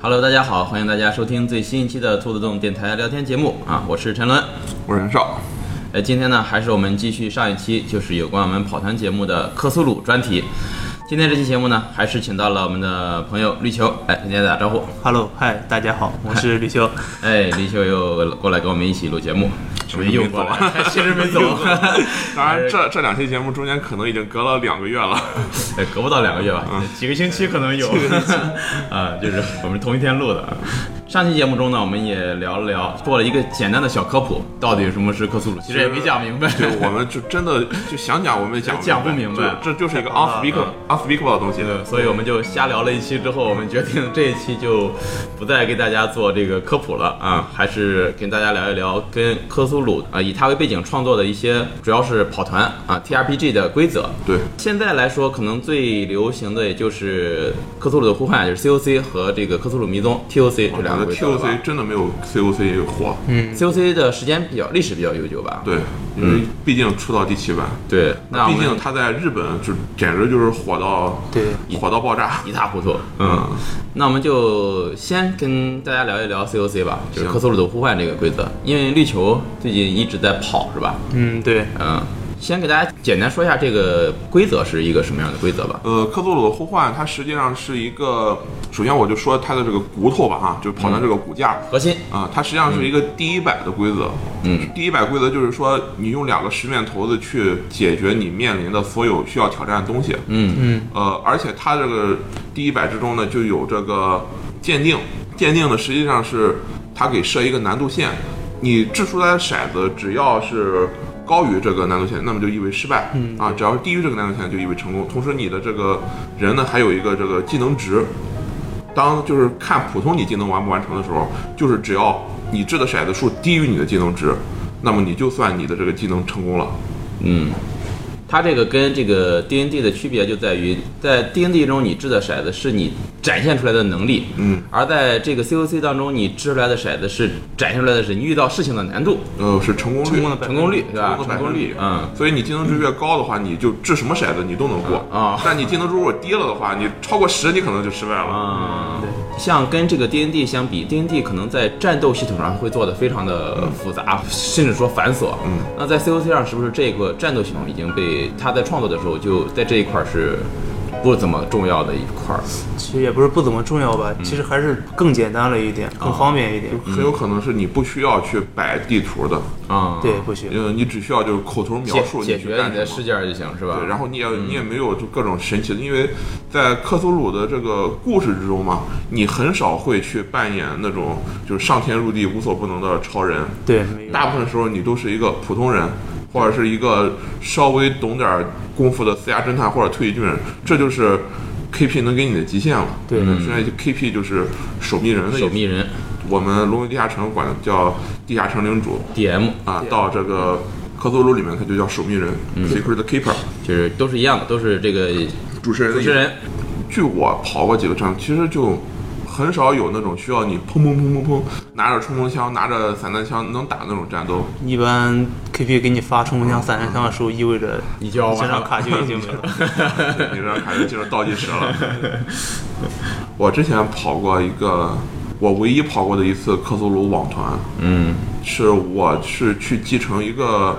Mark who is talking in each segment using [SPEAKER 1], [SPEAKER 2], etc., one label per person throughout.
[SPEAKER 1] Hello，大家好，欢迎大家收听最新一期的兔子洞电台聊天节目啊，我是陈伦。
[SPEAKER 2] 我是任少，
[SPEAKER 1] 呃，今天呢，还是我们继续上一期就是有关我们跑团节目的克苏鲁专题。今天这期节目呢，还是请到了我们的朋友绿球，哎，跟大家打招呼。
[SPEAKER 3] Hello，嗨，大家好，我是吕秋。
[SPEAKER 1] 哎，绿球又过来跟我们一起录节目，
[SPEAKER 2] 什么又啊
[SPEAKER 1] 过来
[SPEAKER 2] 过来
[SPEAKER 1] 了？其实 没走，
[SPEAKER 2] 当然这这两期节目中间可能已经隔了两个月了，
[SPEAKER 1] 哎，隔不到两个月吧，几个星期可能有。啊，就是我们同一天录的。上期节目中呢，我们也聊了聊，做了一个简单的小科普，到底什么是克苏鲁， 其实也没讲明白。
[SPEAKER 2] 对，我 们就真的就想讲，我们也讲
[SPEAKER 1] 讲不明白啊
[SPEAKER 2] 就这就是一个 unspeakable unspeakable 的东西。
[SPEAKER 1] 呃，所以我们就瞎聊了一期之后，我们决定这一期就不再给大家做这个科普了啊，还是跟大家聊一聊跟科苏鲁啊以它为背景创作的一些，主要是跑团啊 TRPG 的规则。
[SPEAKER 2] 对，
[SPEAKER 1] 现在来说，可能最流行的也就是科苏鲁的呼唤，就是 COC 和这个科苏鲁迷踪 TOC 这
[SPEAKER 2] 哦我
[SPEAKER 1] 两
[SPEAKER 2] 觉
[SPEAKER 1] 个
[SPEAKER 2] 得
[SPEAKER 1] 规则了吧。
[SPEAKER 2] TOC 真的没有 COC 火，嗯，
[SPEAKER 1] COC 的时间比较历史比较悠久吧？
[SPEAKER 2] 对，因为毕竟出到第七版，
[SPEAKER 1] 对，嗯那我
[SPEAKER 2] 毕
[SPEAKER 1] 们
[SPEAKER 2] 竟它在日本就简直就是火到
[SPEAKER 3] 对
[SPEAKER 2] 火到爆炸。
[SPEAKER 1] 一塌糊涂。嗯，那我们就先跟大家聊一聊 COC 吧，就是
[SPEAKER 2] 行
[SPEAKER 1] 克苏鲁的呼唤这个规则。因为绿球最近一直在跑，是吧？
[SPEAKER 3] 嗯，对，
[SPEAKER 1] 嗯，先给大家简单说一下这个规则是一个什么样的规则吧。
[SPEAKER 2] 呃，克苏鲁的呼唤，它实际上是一个，首先我就说它的这个骨头吧，哈，就跑团这个骨架，
[SPEAKER 1] 核心
[SPEAKER 2] 啊，它实际上是一个第一百的规则。
[SPEAKER 1] 嗯，
[SPEAKER 2] 第一百规则就是说，你用两个十面骰子去解决你面临的所有需要挑战的东西。
[SPEAKER 1] 嗯
[SPEAKER 3] 嗯，
[SPEAKER 2] 呃，而且它这个第一百之中呢，就有这个鉴定，鉴定呢实际上是它给设一个难度线，你掷出来的骰子只要是。高于这个难度线，那么就意味失败。嗯啊，只要是低于这个难度线，就意味成功。同时，你的这个人呢，还有一个这个技能值，当就是看普通你技能完不完成的时候，就是只要你掷的骰子数低于你的技能值，那么你就算你的这个技能成功了。
[SPEAKER 1] 嗯。它这个跟这个 D N D 的区别就在于，在 D N D 中你掷的骰子是你展现出来的能力，
[SPEAKER 2] 嗯，
[SPEAKER 1] 而在这个 C O C 当中你掷出来的骰子是展现出来的是你遇到事情的难度、
[SPEAKER 2] 呃，是成功率，
[SPEAKER 3] 成功的
[SPEAKER 1] 成功率，对吧？
[SPEAKER 2] 成
[SPEAKER 1] 成
[SPEAKER 2] 功的百
[SPEAKER 1] 功
[SPEAKER 2] 分
[SPEAKER 1] 率
[SPEAKER 2] 比，
[SPEAKER 1] 嗯，
[SPEAKER 2] 所以你技能值越高的话，你就掷什么骰子你都能过
[SPEAKER 1] 啊
[SPEAKER 2] 但你技能值如果低了的话，你超过十你可能就失败了。
[SPEAKER 1] 啊，像跟这个 D N D 相比，D N D 可能在战斗系统上会做的非常的复杂，甚至说繁琐。嗯，那在 C O C 上是不是这个战斗系统已经被他在创作的时候就在这一块儿是不怎么重要的一块儿？
[SPEAKER 3] 其实也不是不怎么重要吧，其实还是更简单了一点，更方便一点。
[SPEAKER 1] 嗯
[SPEAKER 2] 很有可能是你不需要去摆地图的，
[SPEAKER 1] 啊、
[SPEAKER 3] 对，，不行，
[SPEAKER 2] 呃，你只需要就是口头描
[SPEAKER 1] 解
[SPEAKER 2] 述
[SPEAKER 1] 解
[SPEAKER 2] 你去
[SPEAKER 1] 决你
[SPEAKER 2] 干什
[SPEAKER 1] 的
[SPEAKER 2] 么
[SPEAKER 1] 事件儿就行是吧？嗯
[SPEAKER 2] 对，然后你也你也没有就各种神奇的，因为在克苏鲁的这个故事之中嘛，你很少会去扮演那种就是上天入地无所不能的超人，
[SPEAKER 3] 对，没有。
[SPEAKER 2] 大部分时候你都是一个普通人，或者是一个稍微懂点儿功夫的私家侦探或者退役军人，这就是 KP 能给你的极限了。
[SPEAKER 3] 对
[SPEAKER 2] 嗯现在就 KP 就是守密人的意思
[SPEAKER 1] 守密人
[SPEAKER 2] 我们龙与地下城管叫地下城领主
[SPEAKER 1] D M
[SPEAKER 2] 啊，到这个克苏鲁里面，他就叫守密人、s
[SPEAKER 1] 嗯
[SPEAKER 2] e c r e t Keeper）。
[SPEAKER 1] 就是都是一样的，都是这个
[SPEAKER 2] 主持人的
[SPEAKER 1] 主
[SPEAKER 2] 意
[SPEAKER 1] 持
[SPEAKER 2] 思
[SPEAKER 1] 人。
[SPEAKER 2] 据我跑过几个站，其实就很少有那种需要你砰砰砰砰砰拿着冲锋枪、拿着散弹枪能打的那种战斗。
[SPEAKER 3] 一般 KP 给你发冲锋枪、散弹枪的时候，意味着
[SPEAKER 1] 你就要
[SPEAKER 3] 这
[SPEAKER 1] 完
[SPEAKER 3] 张
[SPEAKER 1] 了
[SPEAKER 3] 卡就已经没 了。
[SPEAKER 2] 对你这卡就进入倒计时了。我之前跑过一个，我唯一跑过的一次克苏鲁网团，
[SPEAKER 1] 嗯
[SPEAKER 2] 是我是去继承一个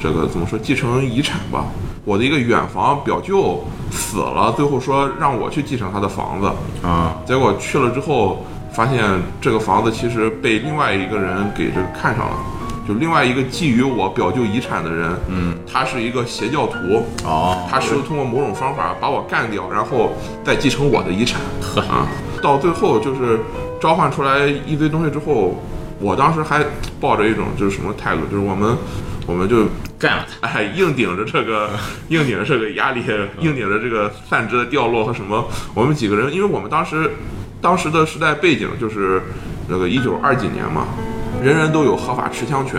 [SPEAKER 2] 这个怎么说继承遗产吧。我的一个远房表舅死了，最后说让我去继承他的房子。
[SPEAKER 1] 啊，
[SPEAKER 2] 结果去了之后，发现这个房子其实被另外一个人给这个看上了，就另外一个觊觎我表舅遗产的人，嗯，他是一个邪教徒，
[SPEAKER 1] 哦，
[SPEAKER 2] 他试图通过某种方法把我干掉，然后再继承我的遗产，啊，到最后就是召唤出来一堆东西之后，我当时还抱着一种就是什么态度，就是我们。我们就
[SPEAKER 1] 干了他。
[SPEAKER 2] 哎，硬顶着这个，硬顶着这个压力，硬顶着这个散值的掉落和什么，我们几个人，因为我们当时，当时的时代背景就是那个一九二几年嘛，人人都有合法持枪权，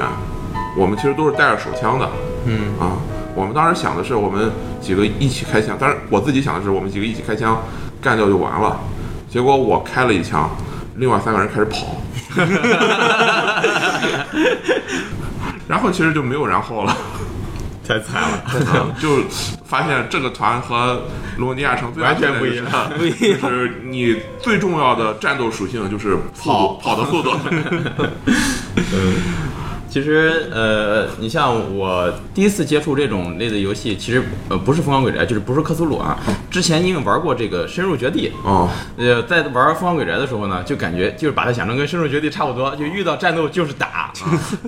[SPEAKER 2] 我们其实都是带着手枪的，嗯啊，我们当时想的是，我们几个一起开枪，当然我自己想的是，我们几个一起开枪干掉就完了。结果我开了一枪，另外三个人开始跑， 然后其实就没有然后了。
[SPEAKER 4] 太惨了，
[SPEAKER 2] 就发现这个团和罗尼亚城最大
[SPEAKER 4] 完全
[SPEAKER 2] 区别就是
[SPEAKER 4] 不一样
[SPEAKER 3] 不一样
[SPEAKER 2] 就是你最重要的战斗属性就是跑跑的速度，
[SPEAKER 1] 其实，呃，你像我第一次接触这种类的游戏，其实呃不是《疯狂鬼宅》，就是不是克苏鲁啊。之前因为玩过这个《深入绝地》，
[SPEAKER 2] 哦，
[SPEAKER 1] 呃，在玩《疯狂鬼宅》的时候呢，就感觉就是把它想成跟《深入绝地》差不多，就遇到战斗就是
[SPEAKER 2] 啊
[SPEAKER 1] 打。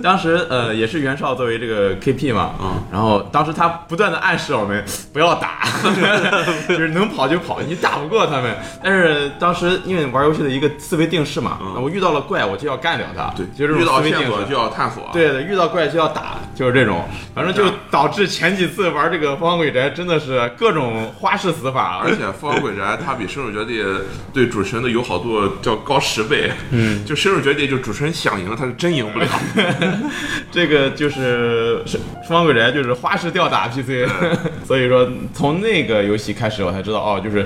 [SPEAKER 1] 当时呃也是袁绍作为这个 KP 嘛，
[SPEAKER 2] 啊
[SPEAKER 1] 然后当时他不断的暗示我们不要打， 就是能跑就跑，你打不过他们。但是当时因为玩游戏的一个思维定式嘛，那我遇到了怪我就要干掉他，
[SPEAKER 2] 啊对，
[SPEAKER 1] 就这种
[SPEAKER 2] 遇到
[SPEAKER 1] 思维定
[SPEAKER 2] 线
[SPEAKER 1] 式
[SPEAKER 2] 索就要探索，，啊
[SPEAKER 1] 对的，遇到怪就要打，就是这种，反正就导致前几次玩这个《方鬼宅》真的是各种花式死 法，
[SPEAKER 2] 而且《疯狂鬼宅》它比《深入绝地》对主持人的友好度要高十倍，嗯，就《深入绝地》就主持人想赢，他是真赢不了，
[SPEAKER 1] 这个就是是方鬼宅就是花式吊打 PC，所 以说从那个游戏开始我才知道哦，就是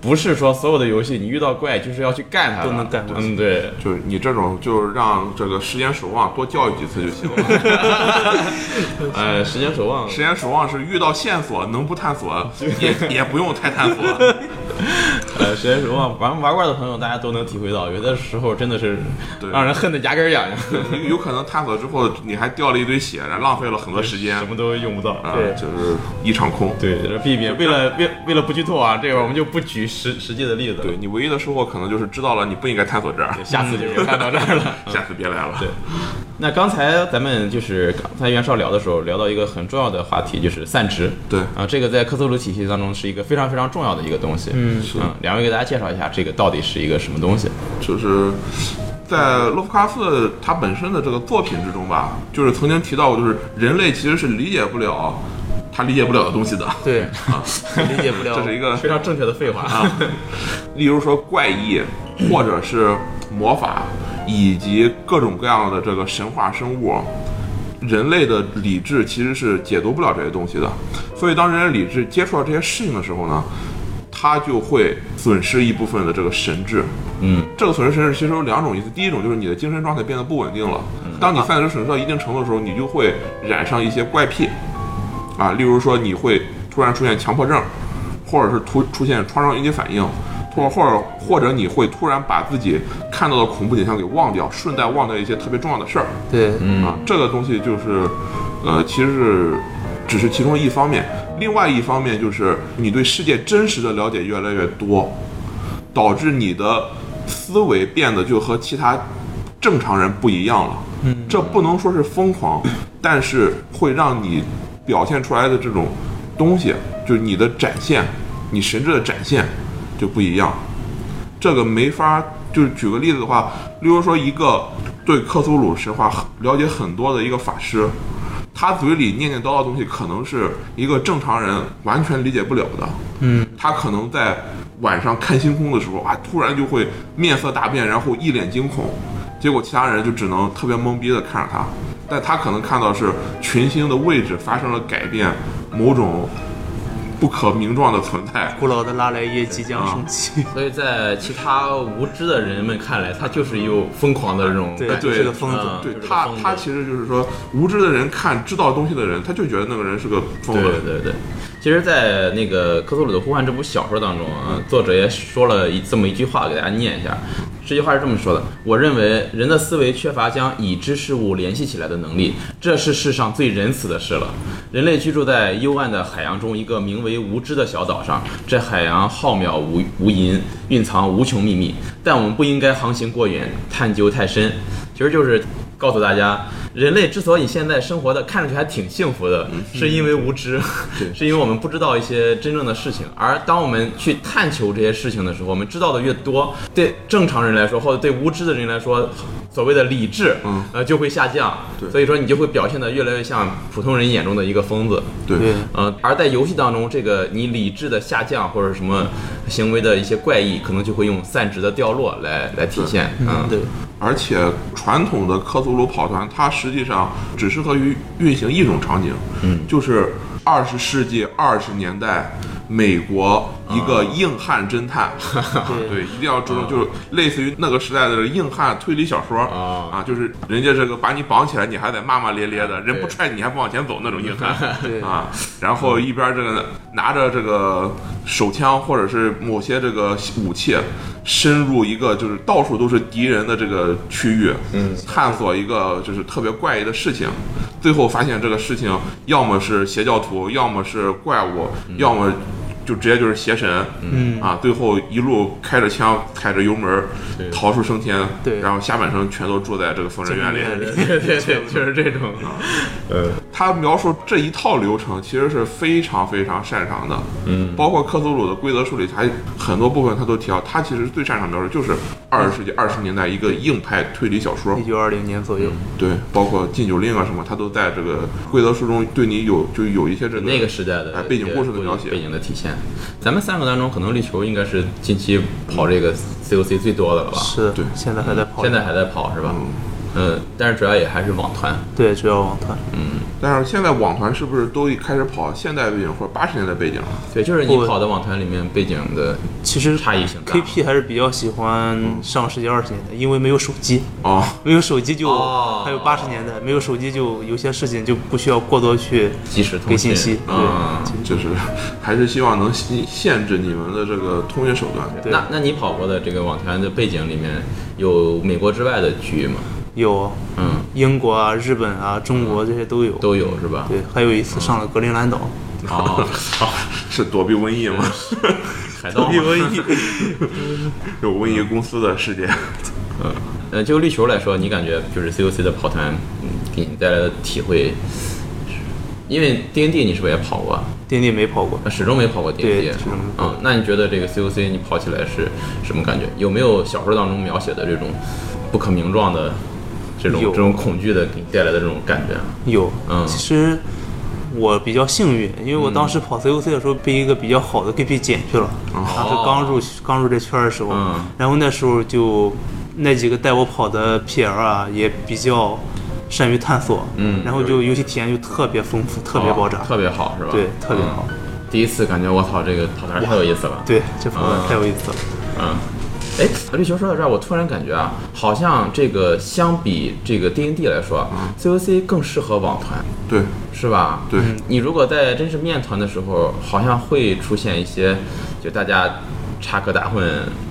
[SPEAKER 1] 不是说所有的游戏你遇到怪就是要去干它的
[SPEAKER 3] 都能干过去
[SPEAKER 1] 嗯对，
[SPEAKER 2] 就是你这种就是让这个时间守望多教育几次就行了。
[SPEAKER 1] 呃，时间守望
[SPEAKER 2] 实验守望是遇到线索能不探索也也不用太探索，
[SPEAKER 1] 呃，时间守望玩玩过的朋友大家都能体会到，有的时候真的是
[SPEAKER 2] 对
[SPEAKER 1] 让人恨得牙根儿痒痒，
[SPEAKER 2] 有有可能探索之后你还掉了一堆血，然后浪费了很多时间
[SPEAKER 1] 什么都用不到。
[SPEAKER 2] 啊
[SPEAKER 3] 对，
[SPEAKER 2] 就是一场空。
[SPEAKER 1] 对，就是避免为了为为了不剧透啊，这个我们就不举实实际的例子了。
[SPEAKER 2] 对你唯一的收获可能就是知道了你不应该探索这儿，
[SPEAKER 1] 下次就别看到这儿了。
[SPEAKER 2] 下次别来了。
[SPEAKER 1] 对那刚才咱们就是刚才袁绍聊的时候，聊到一个很重要的话题，就是散值。
[SPEAKER 2] 对
[SPEAKER 1] 啊，这个在克苏鲁体系当中是一个非常非常重要的一个东西。嗯，嗯，两位给大家介绍一下这个到底是一个什么东西？
[SPEAKER 2] 就是在洛夫克拉夫特他本身的这个作品之中吧，就是曾经提到过，就是人类其实是理解不了他理解不了的东西的，
[SPEAKER 3] 对，理解不了。
[SPEAKER 2] 这是一个
[SPEAKER 1] 呃非常正确的废话 啊。
[SPEAKER 2] 例如说怪异，或者是魔法，以及各种各样的这个神话生物，人类的理智其实是解读不了这些东西的。所以，当人类理智接触到这些事情的时候呢，它就会损失一部分的这个神智。
[SPEAKER 1] 嗯，
[SPEAKER 2] 这个损失神智其实有两种意思，第一种就是你的精神状态变得不稳定了。当你散失损失到一定程度的时候，你就会染上一些怪癖，啊，例如说你会突然出现强迫症，或者是突出现创伤应激反应，或或者或者你会突然把自己看到的恐怖景象给忘掉，顺带忘掉一些特别重要的事儿
[SPEAKER 3] 对，
[SPEAKER 2] 啊，这个东西就是，呃，其实是只是其中一方面，另外一方面就是你对世界真实的了解越来越多，导致你的思维变得就和其他正常人不一样了。嗯，这不能说是疯狂，但是会让你表现出来的这种东西，就是你的展现，你神智的展现就不一样。这个没法，就是举个例子的话，例如说一个对克苏鲁神话很了解很多的一个法师，他嘴里念念叨叨的东西，可能是一个正常人完全理解不了的。嗯，他可能在晚上看星空的时候啊，突然就会面色大变，然后一脸惊恐，结果其他人就只能特别懵逼的看着他，但他可能看到是群星的位置发生了改变，某种不可名状的存在。
[SPEAKER 3] 古老的拉莱耶即将升起，
[SPEAKER 1] 所以在其他无知的人们看来，他就是有疯狂的这种
[SPEAKER 3] 对
[SPEAKER 1] 感觉
[SPEAKER 2] 对
[SPEAKER 3] 是个疯子
[SPEAKER 1] 嗯。
[SPEAKER 2] 对
[SPEAKER 1] 就是
[SPEAKER 2] 他
[SPEAKER 1] 疯，子
[SPEAKER 2] 他其实就是说，无知的人看知道东西的人，他就觉得那个人是个疯
[SPEAKER 1] 对
[SPEAKER 2] 子。
[SPEAKER 1] 对对，其实，在那个《克苏鲁的呼唤》这部小说当中啊，作者也说了一这么一句话，给大家念一下。这句话是这么说的：我认为人的思维缺乏将已知事物联系起来的能力，这是世上最仁慈的事了。人类居住在幽暗的海洋中一个名为无知的小岛上，这海洋浩渺无无垠，蕴藏无穷秘密。但我们不应该航行过远，探究太深。其实就是告诉大家，人类之所以现在生活的看上去还挺幸福的，是因为无知，嗯 是因为我们不知道一些真正的事情。而当我们去探求这些事情的时候，我们知道的越多，对正常人来说，或者对无知的人来说，所谓的理智，
[SPEAKER 2] 嗯
[SPEAKER 1] 呃，就会下降。
[SPEAKER 2] 对
[SPEAKER 1] 所以说你就会表现得越来越像普通人眼中的一个疯子。
[SPEAKER 2] 对
[SPEAKER 3] 对，
[SPEAKER 1] 呃，而在游戏当中，这个你理智的下降或者什么行为的一些怪异，可能就会用散值的掉落来来体现。嗯，
[SPEAKER 3] 对，
[SPEAKER 2] 而且传统的科苏鲁跑团，它实际上只适合于运行一种场景，嗯，就是二十世纪二十年代美国一个硬汉侦探，对，一定要注重，就是类似于那个时代的硬汉推理小说
[SPEAKER 1] 啊
[SPEAKER 2] 啊，就是人家这个把你绑起来，你还得骂骂咧咧的，
[SPEAKER 1] 对
[SPEAKER 2] 人不踹你还不往前走那种硬汉
[SPEAKER 3] 对
[SPEAKER 2] 啊，然后一边这个拿着这个手枪或者是某些这个武器。深入一个就是到处都是敌人的这个区域，嗯，探索一个就是特别怪异的事情，最后发现这个事情要么是邪教徒，要么是怪物，要么就直接就是邪神，嗯啊，最后一路开着枪踩着油门
[SPEAKER 1] 对
[SPEAKER 2] 逃出升天，
[SPEAKER 3] 对
[SPEAKER 2] 然后下半生全都住在这个疯人院里。
[SPEAKER 1] 对对对，就是这种啊，呃，
[SPEAKER 2] 他描述这一套流程其实是非常非常擅长的，嗯，包括克苏鲁的规则书里，他很多部分他都提到，他其实最擅长描述就是二十世纪二十年代一个硬派推理小说，
[SPEAKER 3] 一九二零年左右，
[SPEAKER 2] 对，包括禁酒令啊什么，他都在这个规则书中对你有就有一些这个
[SPEAKER 1] 那个时代
[SPEAKER 2] 哎
[SPEAKER 1] 的
[SPEAKER 2] 背景故事的描写
[SPEAKER 1] 背景的体现。咱们三个当中，可能绿球应该是近期跑这个 COC 最多的了吧？
[SPEAKER 3] 是的
[SPEAKER 2] 对，
[SPEAKER 3] 现在还在跑，
[SPEAKER 1] 现在还在跑是吧？嗯，但是主要也还是网团。
[SPEAKER 3] 对，主要网团，
[SPEAKER 2] 但是现在网团是不是都一开始跑现代背景或者八十年代背景了？
[SPEAKER 1] 对，就是你
[SPEAKER 3] 不
[SPEAKER 1] 跑的网团里面背景的
[SPEAKER 3] 其实
[SPEAKER 1] 差异性大。
[SPEAKER 3] KP 还是比较喜欢上世纪二十年代，因为没有手机，
[SPEAKER 2] 哦，
[SPEAKER 3] 没有手机就
[SPEAKER 1] 哦
[SPEAKER 3] 还有八十年代，没有手机就有些事情就不需要过多去
[SPEAKER 1] 即时
[SPEAKER 3] 给
[SPEAKER 1] 通
[SPEAKER 3] 信
[SPEAKER 1] 信
[SPEAKER 3] 息，
[SPEAKER 1] 啊。
[SPEAKER 3] 对，
[SPEAKER 2] 就是还是希望能限限制你们的这个通讯手段。
[SPEAKER 3] 对
[SPEAKER 1] 那那你跑过的这个网团的背景里面有美国之外的区域吗？
[SPEAKER 3] 有
[SPEAKER 1] 嗯，
[SPEAKER 3] 英国啊、日本啊、中国这些都有，
[SPEAKER 1] 都有是吧？
[SPEAKER 3] 对，还有一次上了格陵兰岛，
[SPEAKER 1] 哦，
[SPEAKER 2] 是躲避瘟疫吗？
[SPEAKER 1] 海盗嘛。
[SPEAKER 2] 有瘟疫公司的事件。
[SPEAKER 1] 呃，就绿球来说，你感觉就是 COC 的跑团嗯给你带来的体会？因为 D N D 你是不是也跑过啊？
[SPEAKER 3] 电力没跑过，
[SPEAKER 1] 啊始终没跑过 D N
[SPEAKER 3] 对
[SPEAKER 1] D
[SPEAKER 3] 始终没。
[SPEAKER 1] 嗯，那你觉得这个 COC 你跑起来是什么感觉？有没有小说当中描写的这种不可名状的这种
[SPEAKER 3] 有
[SPEAKER 1] 这种恐惧的给你带来的这种感觉啊？
[SPEAKER 3] 有，
[SPEAKER 1] 嗯
[SPEAKER 3] 其实我比较幸运，因为我当时跑 COC 的时候被一个比较好的 KP 捡去了，当时刚入刚入这圈儿的时候，
[SPEAKER 1] 哦嗯
[SPEAKER 3] 然后那时候就那几个带我跑的 PL 啊也比较善于探索，
[SPEAKER 1] 嗯
[SPEAKER 3] 然后就游戏体验就特别丰富，特别爆炸，
[SPEAKER 1] 哦特别好是吧？
[SPEAKER 3] 对特别好
[SPEAKER 1] 嗯第一次感觉我操，这个跑团太有意思了。，
[SPEAKER 3] 对这方面太有意思了，
[SPEAKER 1] 嗯。哎，绿球说到这儿，我突然感觉啊，好像这个相比这个 D N D 来说、c 啊
[SPEAKER 3] 嗯
[SPEAKER 1] O C 更适合网团，
[SPEAKER 2] 对
[SPEAKER 1] 是吧？嗯
[SPEAKER 2] 对，
[SPEAKER 1] 你如果在真是面团的时候，好像会出现一些，就大家插科打诨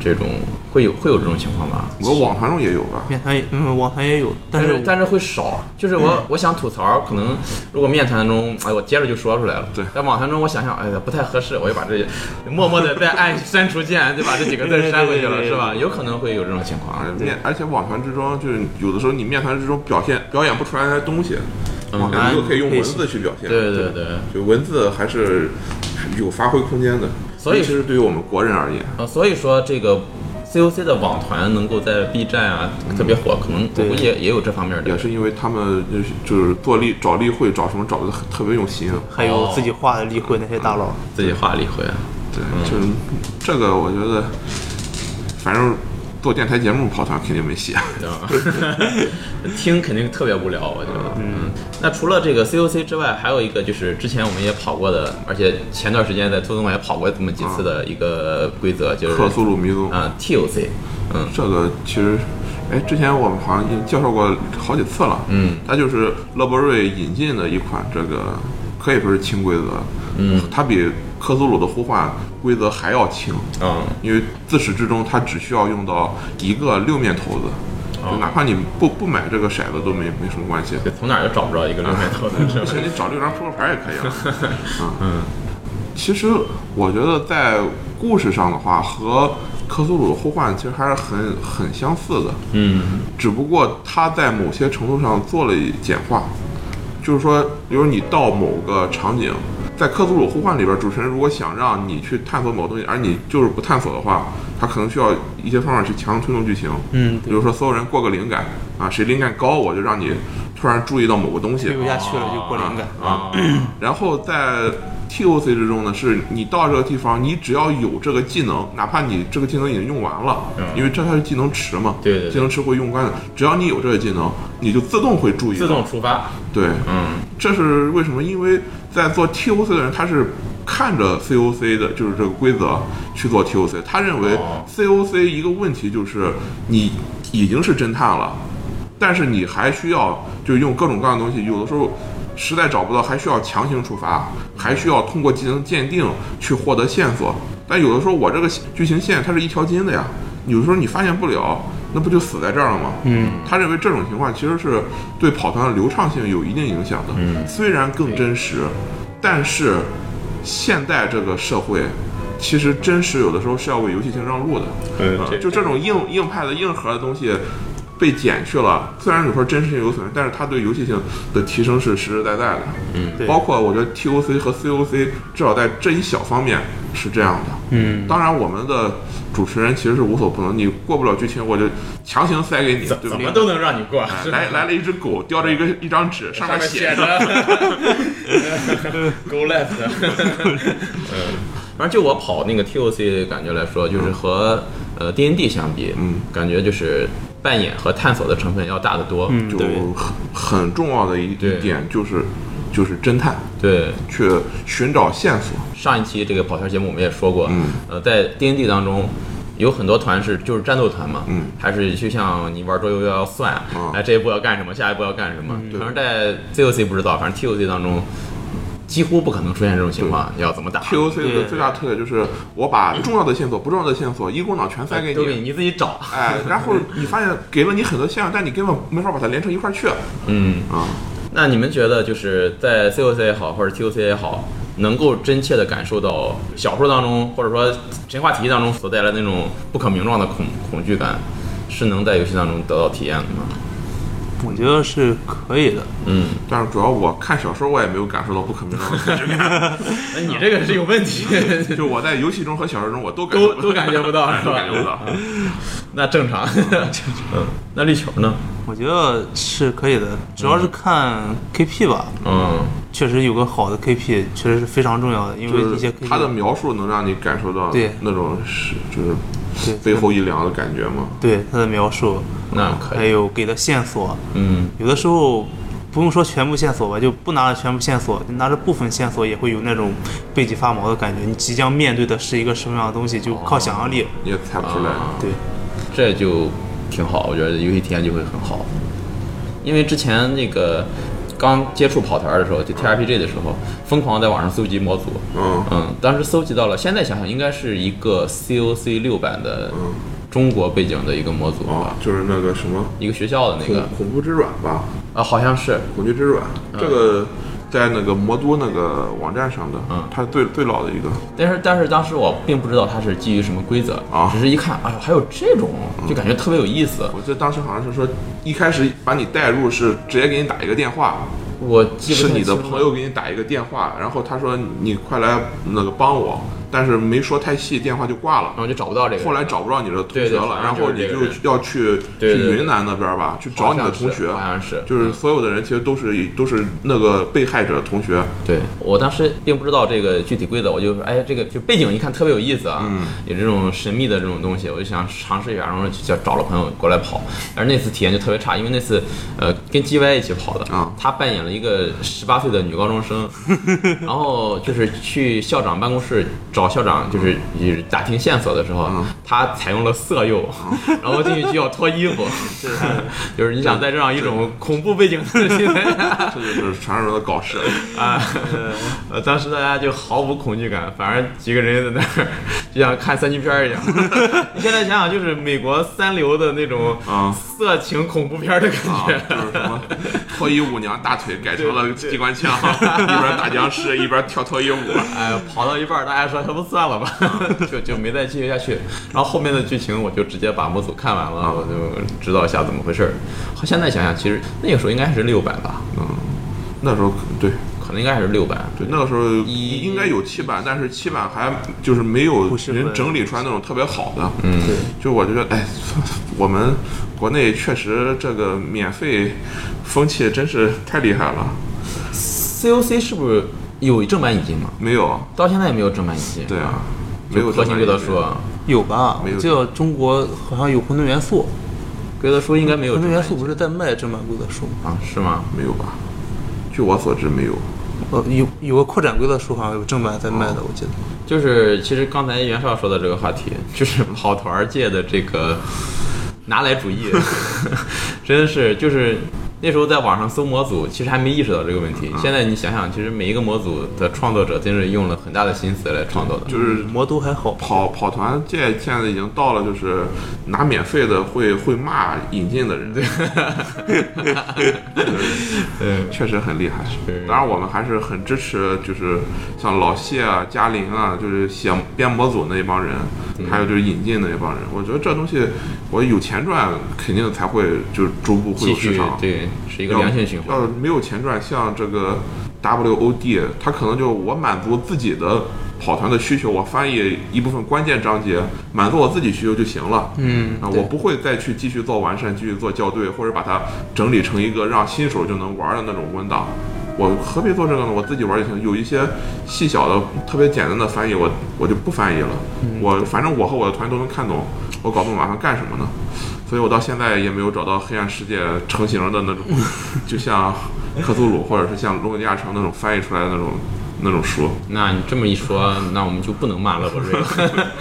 [SPEAKER 1] 这种，会有会有这种情况吧？
[SPEAKER 2] 我网团中也有吧？
[SPEAKER 3] 面团也嗯网团也有，但
[SPEAKER 1] 但
[SPEAKER 3] 是
[SPEAKER 1] 是但是会少，就是我、
[SPEAKER 3] 嗯
[SPEAKER 1] 我想吐槽，可能如果面谈中，哎，我接着就说出来了。
[SPEAKER 2] 对
[SPEAKER 1] 在网谈中我想想，哎呀，不太合适，我就把这默默的再按删除键，就把这几个字删回去了，
[SPEAKER 3] 对对对对对
[SPEAKER 1] 是吧？有可能会有这种情况
[SPEAKER 2] 啊。面，而且网团之中，就是有的时候你面团之中表现表演不出来的东西，网团就可以用文字去表现。
[SPEAKER 1] 对对对，
[SPEAKER 2] 就文字还是有发挥空间的。
[SPEAKER 1] 所以
[SPEAKER 2] 尤其是对于我们国人而言，
[SPEAKER 1] 呃，所以说这个呃 COC 的网团能够在 B 站啊特别火，可能我
[SPEAKER 3] 对
[SPEAKER 1] 估计也也有这方面的
[SPEAKER 2] 也。是因为他们就是就是做例找例会找什么找的特别用心。啊
[SPEAKER 3] 还有
[SPEAKER 1] 哦
[SPEAKER 3] 自己画的例会那些大佬，
[SPEAKER 1] 自己画了一回，
[SPEAKER 2] 对，就是这个，我觉得，反正做电台节目跑团肯定没戏。啊
[SPEAKER 1] 知道吗？ 听肯定特别无聊，我觉得。嗯，那除了这个 COC 之外，还有一个就是之前我们也跑过的，而且前段时间在兔子洞也跑过这么几次的一个规则， 就是
[SPEAKER 2] 克苏鲁迷踪，
[SPEAKER 1] 啊 TOC，嗯，
[SPEAKER 2] 这个其实，哎，之前我们好像已经介绍过好几次了。
[SPEAKER 1] 嗯，
[SPEAKER 2] 它就是乐博瑞引进的一款这个可以说是轻规则。嗯，它比克苏鲁的呼唤规则还要轻。
[SPEAKER 1] 啊、
[SPEAKER 2] 因为自始至终它只需要用到一个六面骰子，就哪怕你不不买这个骰子都没没什么关系。
[SPEAKER 1] 就从哪儿就找不着一个六面头的，是
[SPEAKER 2] 而
[SPEAKER 1] 吧？
[SPEAKER 2] 且你找六张扑克牌也可以了。 嗯，其实我觉得在故事上的话，和克苏鲁的呼唤其实还是很很相似的，
[SPEAKER 1] 嗯，
[SPEAKER 2] 只不过它在某些程度上做了简化，就是说，比如你到某个场景。在克苏鲁呼唤里边，主持人如果想让你去探索某东西，而你就是不探索的话，他可能需要一些方法去强行推动剧情。
[SPEAKER 3] 嗯
[SPEAKER 2] 比如说所有人过个灵感啊，谁灵感高，我就让你突然注意到某个东西。
[SPEAKER 3] 对不下去了就过灵感，
[SPEAKER 1] 啊，
[SPEAKER 2] 然后在 TOC 之中呢，是你到这个地方，你只要有这个技能，哪怕你这个技能已经用完了，
[SPEAKER 1] 嗯
[SPEAKER 2] 因为这它是技能池嘛，
[SPEAKER 1] 对对对
[SPEAKER 2] 技能池会用光的，只要你有这个技能，你就自动会注意到，
[SPEAKER 1] 自动触发，
[SPEAKER 2] 对，
[SPEAKER 1] 嗯，
[SPEAKER 2] 这是为什么？因为在做 TOC 的人，他是看着 COC 的，就是这个规则去做 TOC。他认为
[SPEAKER 1] 哦
[SPEAKER 2] COC 一个问题就是你已经是侦探了，但是你还需要就用各种各样的东西，有的时候实在找不到，还需要强行触发，还需要通过进行鉴定去获得线索。但有的时候我这个剧情线它是一条筋的呀，有的时候你发现不了，那不就死在这儿了吗？嗯，他认为这种情况其实是对跑团的流畅性有一定影响的。嗯，虽然更真实，但是现在这个社会。其实真实有的时候是要为游戏性让路的，
[SPEAKER 4] 嗯
[SPEAKER 2] 啊
[SPEAKER 4] 这
[SPEAKER 2] 就这种硬硬派的硬核的东西被减去了。虽然你说真实性有损，但是它对游戏性的提升是实实在在的。
[SPEAKER 4] 嗯
[SPEAKER 3] 对
[SPEAKER 2] 包括我觉得 TOC 和 COC 至少在这一小方面是这样的。嗯，当然我们的主持人其实是无所不能，你过不了剧情我就强行塞给你，
[SPEAKER 4] 怎
[SPEAKER 2] 对
[SPEAKER 4] 怎
[SPEAKER 2] 不
[SPEAKER 4] 么
[SPEAKER 2] 对？
[SPEAKER 4] 都能让你过，
[SPEAKER 2] 哎
[SPEAKER 4] 是吧
[SPEAKER 2] 来来了一只狗，叼着一个一张纸，上
[SPEAKER 4] 上面
[SPEAKER 2] 写
[SPEAKER 4] 写 着 Go left，
[SPEAKER 1] 嗯反正就我跑那个 TOC 感觉来说，就是和、呃 DND 相比，
[SPEAKER 2] 嗯，
[SPEAKER 1] 感觉就是扮演和探索的成分要大得多。
[SPEAKER 3] 嗯，
[SPEAKER 2] 就
[SPEAKER 3] 对，
[SPEAKER 2] 很很重要的一
[SPEAKER 1] 对
[SPEAKER 2] 一点就是就是侦探
[SPEAKER 1] 对，
[SPEAKER 2] 去寻找线索。
[SPEAKER 1] 上一期这个跑圈节目我们也说过，
[SPEAKER 2] 嗯，
[SPEAKER 1] 呃，在 DND 当中。有很多团是就是战斗团嘛，
[SPEAKER 2] 嗯，
[SPEAKER 1] 还是就像你玩桌游要算，
[SPEAKER 2] 啊嗯
[SPEAKER 1] 哎，这一步要干什么，下一步要干什么。反正在 COC 不知道，反正 TOC 当中几乎不可能出现这种情况，要怎么打
[SPEAKER 2] TOC 的
[SPEAKER 3] 对
[SPEAKER 2] 最大特点就是我把重要的线索、不重要的线索一股脑全塞给
[SPEAKER 1] 都给
[SPEAKER 2] 你。
[SPEAKER 1] 你自己找。
[SPEAKER 2] 哎，然后你发现给了你很多线索，但你根本没法把它连成一块儿去啊。
[SPEAKER 1] 嗯，那你们觉得就是在 COC 也好，或者 TOC 也好，能够真切的感受到小说当中，或者说神话体系当中所带来的那种不可名状的恐恐惧感，是能在游戏当中得到体验的吗？
[SPEAKER 3] 我觉得是可以的。
[SPEAKER 1] 嗯，
[SPEAKER 2] 但是主要我看小说，我也没有感受到不可名状的恐惧感。
[SPEAKER 1] 那你这个是有问题，
[SPEAKER 2] 就我在游戏中和小说中，我都 感
[SPEAKER 1] 都
[SPEAKER 2] 受
[SPEAKER 1] 都感觉不到是
[SPEAKER 2] 都
[SPEAKER 1] 吧
[SPEAKER 2] 感？觉不到。
[SPEAKER 1] 那正常。嗯，那绿球呢？
[SPEAKER 3] 我觉得是可以的，主要是
[SPEAKER 2] 嗯
[SPEAKER 3] 看 KP 吧。
[SPEAKER 1] 嗯，
[SPEAKER 3] 确实有个好的 KP，确实是非常重要的，因为
[SPEAKER 2] 就
[SPEAKER 3] 一些
[SPEAKER 2] 是
[SPEAKER 3] KP
[SPEAKER 2] 他的描述能让你感受到
[SPEAKER 3] 对
[SPEAKER 2] 那种是就是
[SPEAKER 3] 对
[SPEAKER 2] 背后一凉的感觉吗？
[SPEAKER 3] 对他的描述，
[SPEAKER 1] 那可
[SPEAKER 3] 还
[SPEAKER 1] 以。
[SPEAKER 3] 有给的线索，
[SPEAKER 1] 嗯，
[SPEAKER 3] 有的时候不用说全部线索吧，就不拿着全部线索，就拿着部分线索也会有那种背脊发毛的感觉。你即将面对的是一个什么样的东西，就靠想象力。
[SPEAKER 2] 你也猜不出来。
[SPEAKER 3] 对，
[SPEAKER 1] 这就挺好，我觉得游戏体验就会很好。因为之前那个刚接触跑团的时候，就 TRPG 的时候，疯狂地在网上搜集模组，
[SPEAKER 2] 嗯
[SPEAKER 1] 嗯，当时搜集到了，现在想想应该是一个 COC 六版的中国背景的一个模组
[SPEAKER 2] 嗯哦
[SPEAKER 1] 吧，，
[SPEAKER 2] 就是那个什么
[SPEAKER 1] 一个学校的那
[SPEAKER 2] 恐
[SPEAKER 1] 个
[SPEAKER 2] 恐怖之软吧。
[SPEAKER 1] 啊，好像是，
[SPEAKER 2] 《恐惧之软》
[SPEAKER 1] 嗯
[SPEAKER 2] 这个在那个魔都那个网站上的，
[SPEAKER 1] 嗯
[SPEAKER 2] 它是最最老的一个，
[SPEAKER 1] 但是但是当时我并不知道它是基于什么规则
[SPEAKER 2] 啊
[SPEAKER 1] 只是一看，哎呦，还有这种，就感觉特别有意思。
[SPEAKER 2] 我记得当时好像是说一开始把你带入是直接给你打一个电话，
[SPEAKER 1] 我记不
[SPEAKER 2] 是
[SPEAKER 1] 太
[SPEAKER 2] 你的
[SPEAKER 1] 清了
[SPEAKER 2] 朋友给你打一个电话，然后他说你快来那个帮我，但是没说太细，电话就挂了
[SPEAKER 1] 然。后就找不到这个人，
[SPEAKER 2] 后来找不着你的同
[SPEAKER 1] 对
[SPEAKER 2] 学
[SPEAKER 1] 对
[SPEAKER 2] 了，
[SPEAKER 1] 好
[SPEAKER 2] 然
[SPEAKER 1] 像
[SPEAKER 2] 后
[SPEAKER 1] 就是
[SPEAKER 2] 你
[SPEAKER 1] 这个
[SPEAKER 2] 就
[SPEAKER 1] 人
[SPEAKER 2] 要去
[SPEAKER 1] 对对
[SPEAKER 2] 去
[SPEAKER 1] 对
[SPEAKER 2] 云南那边吧，去找你的同学
[SPEAKER 1] 好，像是嗯
[SPEAKER 2] 就是所有的人其实都是都是那个被害者的同学，
[SPEAKER 1] 对我当时并不知道这个具体规则，我就说，哎，这个就背景一看特别有意思啊，有这种神秘的这种东西，我就想尝试一下，然后就叫找了朋友过来跑，但是那次体验就特别差，因为那次呃跟 G Y 一起跑的
[SPEAKER 2] 啊
[SPEAKER 1] 她扮演了一个十八岁的女高中 生，然后就是去校长办公室找校长，就是就是打听线索的时候，她采用了色诱，然后进去就要脱衣服，嗯 就是你想在这样一种恐怖背景的新闻。
[SPEAKER 2] 这就是传说中的搞事。
[SPEAKER 1] 啊，呃，当时大家就毫无恐惧感，反正几个人在那儿就像看三级片儿一样。 你现在想想，就是美国三流的那种
[SPEAKER 2] 啊
[SPEAKER 1] 色情恐怖片儿的感
[SPEAKER 2] 啊，
[SPEAKER 1] 觉。
[SPEAKER 2] 就是什么脱衣舞娘大腿改成了机关枪，一边打僵尸一边跳脱衣舞。
[SPEAKER 1] 哎，跑到一半儿，大家说要不算了吧， 就就没再继续下去。然后后面的剧情，我就直接把模组看完了，我就知道一下怎么回事儿。好现在想想，其实那个时候应该是六版吧，
[SPEAKER 2] 那时候对
[SPEAKER 1] 可能应该还是六版。
[SPEAKER 2] 对，那个时候应该有七版，但是七版还就是没有
[SPEAKER 3] 是
[SPEAKER 2] 人
[SPEAKER 3] 很
[SPEAKER 2] 整理出来那种特别好的。
[SPEAKER 1] 嗯，
[SPEAKER 2] 就我就觉得，哎， 我们国内确实这个免费风气真是太厉害了。
[SPEAKER 1] ，COC 是不是有正版引进嘛？
[SPEAKER 2] 没有，啊
[SPEAKER 1] 到现在也没有正版引进。
[SPEAKER 2] 对，啊，没
[SPEAKER 1] 就
[SPEAKER 2] 有
[SPEAKER 1] 核心规
[SPEAKER 2] 这
[SPEAKER 1] 则
[SPEAKER 2] 么
[SPEAKER 1] 书啊。
[SPEAKER 3] 有吧？
[SPEAKER 2] 没有
[SPEAKER 3] 我记得中国好像有混沌元素，
[SPEAKER 1] 规则书应该没有
[SPEAKER 3] 混
[SPEAKER 1] 正版
[SPEAKER 3] 沌元素不是在卖正版规则书吗？
[SPEAKER 1] 啊？是吗？
[SPEAKER 2] 没有吧？据我所知没有。
[SPEAKER 3] 呃，有有个扩展规则书好像有正版在卖的，
[SPEAKER 2] 哦
[SPEAKER 3] 我记得。
[SPEAKER 1] 就是其实刚才袁绍说的这个话题， 就是跑团儿界的这个拿来主义， 真是就是那时候在网上搜模组，其实还没意识到这个问
[SPEAKER 2] 啊
[SPEAKER 1] 题。现在你想想，其实每一个模组的创作者真是用了很大的心思来创作的。
[SPEAKER 2] 就是
[SPEAKER 3] 魔都还好，
[SPEAKER 2] 跑跑团界现在已经到了，就是拿免费的会会骂引进 的人，对，确实很厉害。当然，我们还是很支持，就是像老谢啊、嘉玲啊，就是写编模组那一帮人，
[SPEAKER 1] 嗯
[SPEAKER 2] 还有就是引进的那帮人。我觉得这东西，我有钱赚，肯定才会就是逐步会
[SPEAKER 1] 继
[SPEAKER 2] 有市
[SPEAKER 1] 续
[SPEAKER 2] 场。
[SPEAKER 1] 对，是一个
[SPEAKER 2] 要
[SPEAKER 1] 良性循环。
[SPEAKER 2] 要是没有钱赚，像这个 WOD，它可能就我满足自己的跑团的需求，我翻译一部分关键章节，满足我自己需求就行了。
[SPEAKER 3] 嗯
[SPEAKER 2] 啊，我不会再去继续做完善，继续做校对，或者把它整理成一个让新手就能玩的那种文档。我何必做这个呢？我自己玩就行。有一些细小的、特别简单的翻译，我我就不翻译了。我反正我和我的团队都能看懂，我搞不懂晚上干什么呢？所以我到现在也没有找到黑暗世界成型的那种，就像克苏鲁或者是像龙与地下城那种翻译出来的那种那种书。
[SPEAKER 1] 那你这么一说，那我们就不能骂乐 宝瑞了。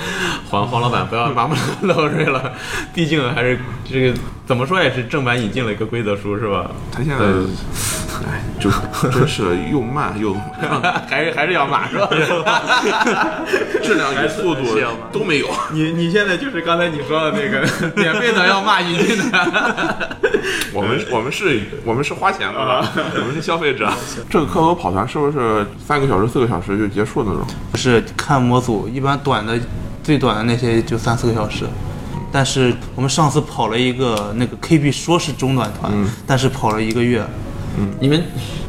[SPEAKER 1] 黄黄老板，不要骂乐宝瑞了，毕竟还是这个怎么说也是正版引进了一个规则书是吧？
[SPEAKER 2] 他现在，哎，就真是又慢又
[SPEAKER 1] 还是还是要骂是吧？
[SPEAKER 2] 质量与速度都没有。
[SPEAKER 1] 你你现在就是刚才你说的那个免费的要骂引进的，
[SPEAKER 2] 我们我们是我们是花钱的，我们是消费者。 这个克罗跑团是不是三个小时、四个小时就结束那种？
[SPEAKER 3] 就是看模组，一般短的最短的那些就三四个小时。但是我们上次跑了一个那个 KB 说是中短团，
[SPEAKER 1] 嗯
[SPEAKER 3] 但是跑了一个
[SPEAKER 1] 啊
[SPEAKER 3] 月，
[SPEAKER 1] 你们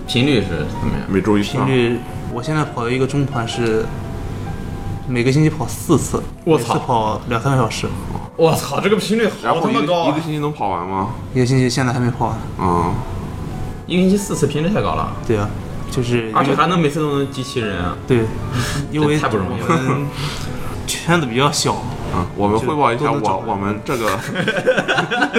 [SPEAKER 1] 频率是怎么样？
[SPEAKER 2] 每周一次
[SPEAKER 3] 频
[SPEAKER 2] 啊。
[SPEAKER 3] 率我现在跑一个中团是每个星期跑四次，
[SPEAKER 1] 我
[SPEAKER 3] 每
[SPEAKER 1] 操
[SPEAKER 3] 次跑两三个小时，
[SPEAKER 1] 我操，这个频率
[SPEAKER 2] 然
[SPEAKER 1] 好
[SPEAKER 2] 后
[SPEAKER 1] 他
[SPEAKER 2] 一个
[SPEAKER 1] 妈高
[SPEAKER 2] 一
[SPEAKER 1] 啊
[SPEAKER 2] 个！星期能跑完吗？
[SPEAKER 3] 一个星期现在还没跑完。
[SPEAKER 2] 嗯，
[SPEAKER 1] 一个星期四次频率太高了，
[SPEAKER 3] 对啊，就是因
[SPEAKER 1] 而且
[SPEAKER 3] 为
[SPEAKER 1] 还能每次都能集齐人啊！
[SPEAKER 3] 对，因为
[SPEAKER 1] 太不容易了
[SPEAKER 3] 我 们圈子比较小，
[SPEAKER 2] 啊，我们汇报一下
[SPEAKER 3] 都能找
[SPEAKER 2] 我我们这 个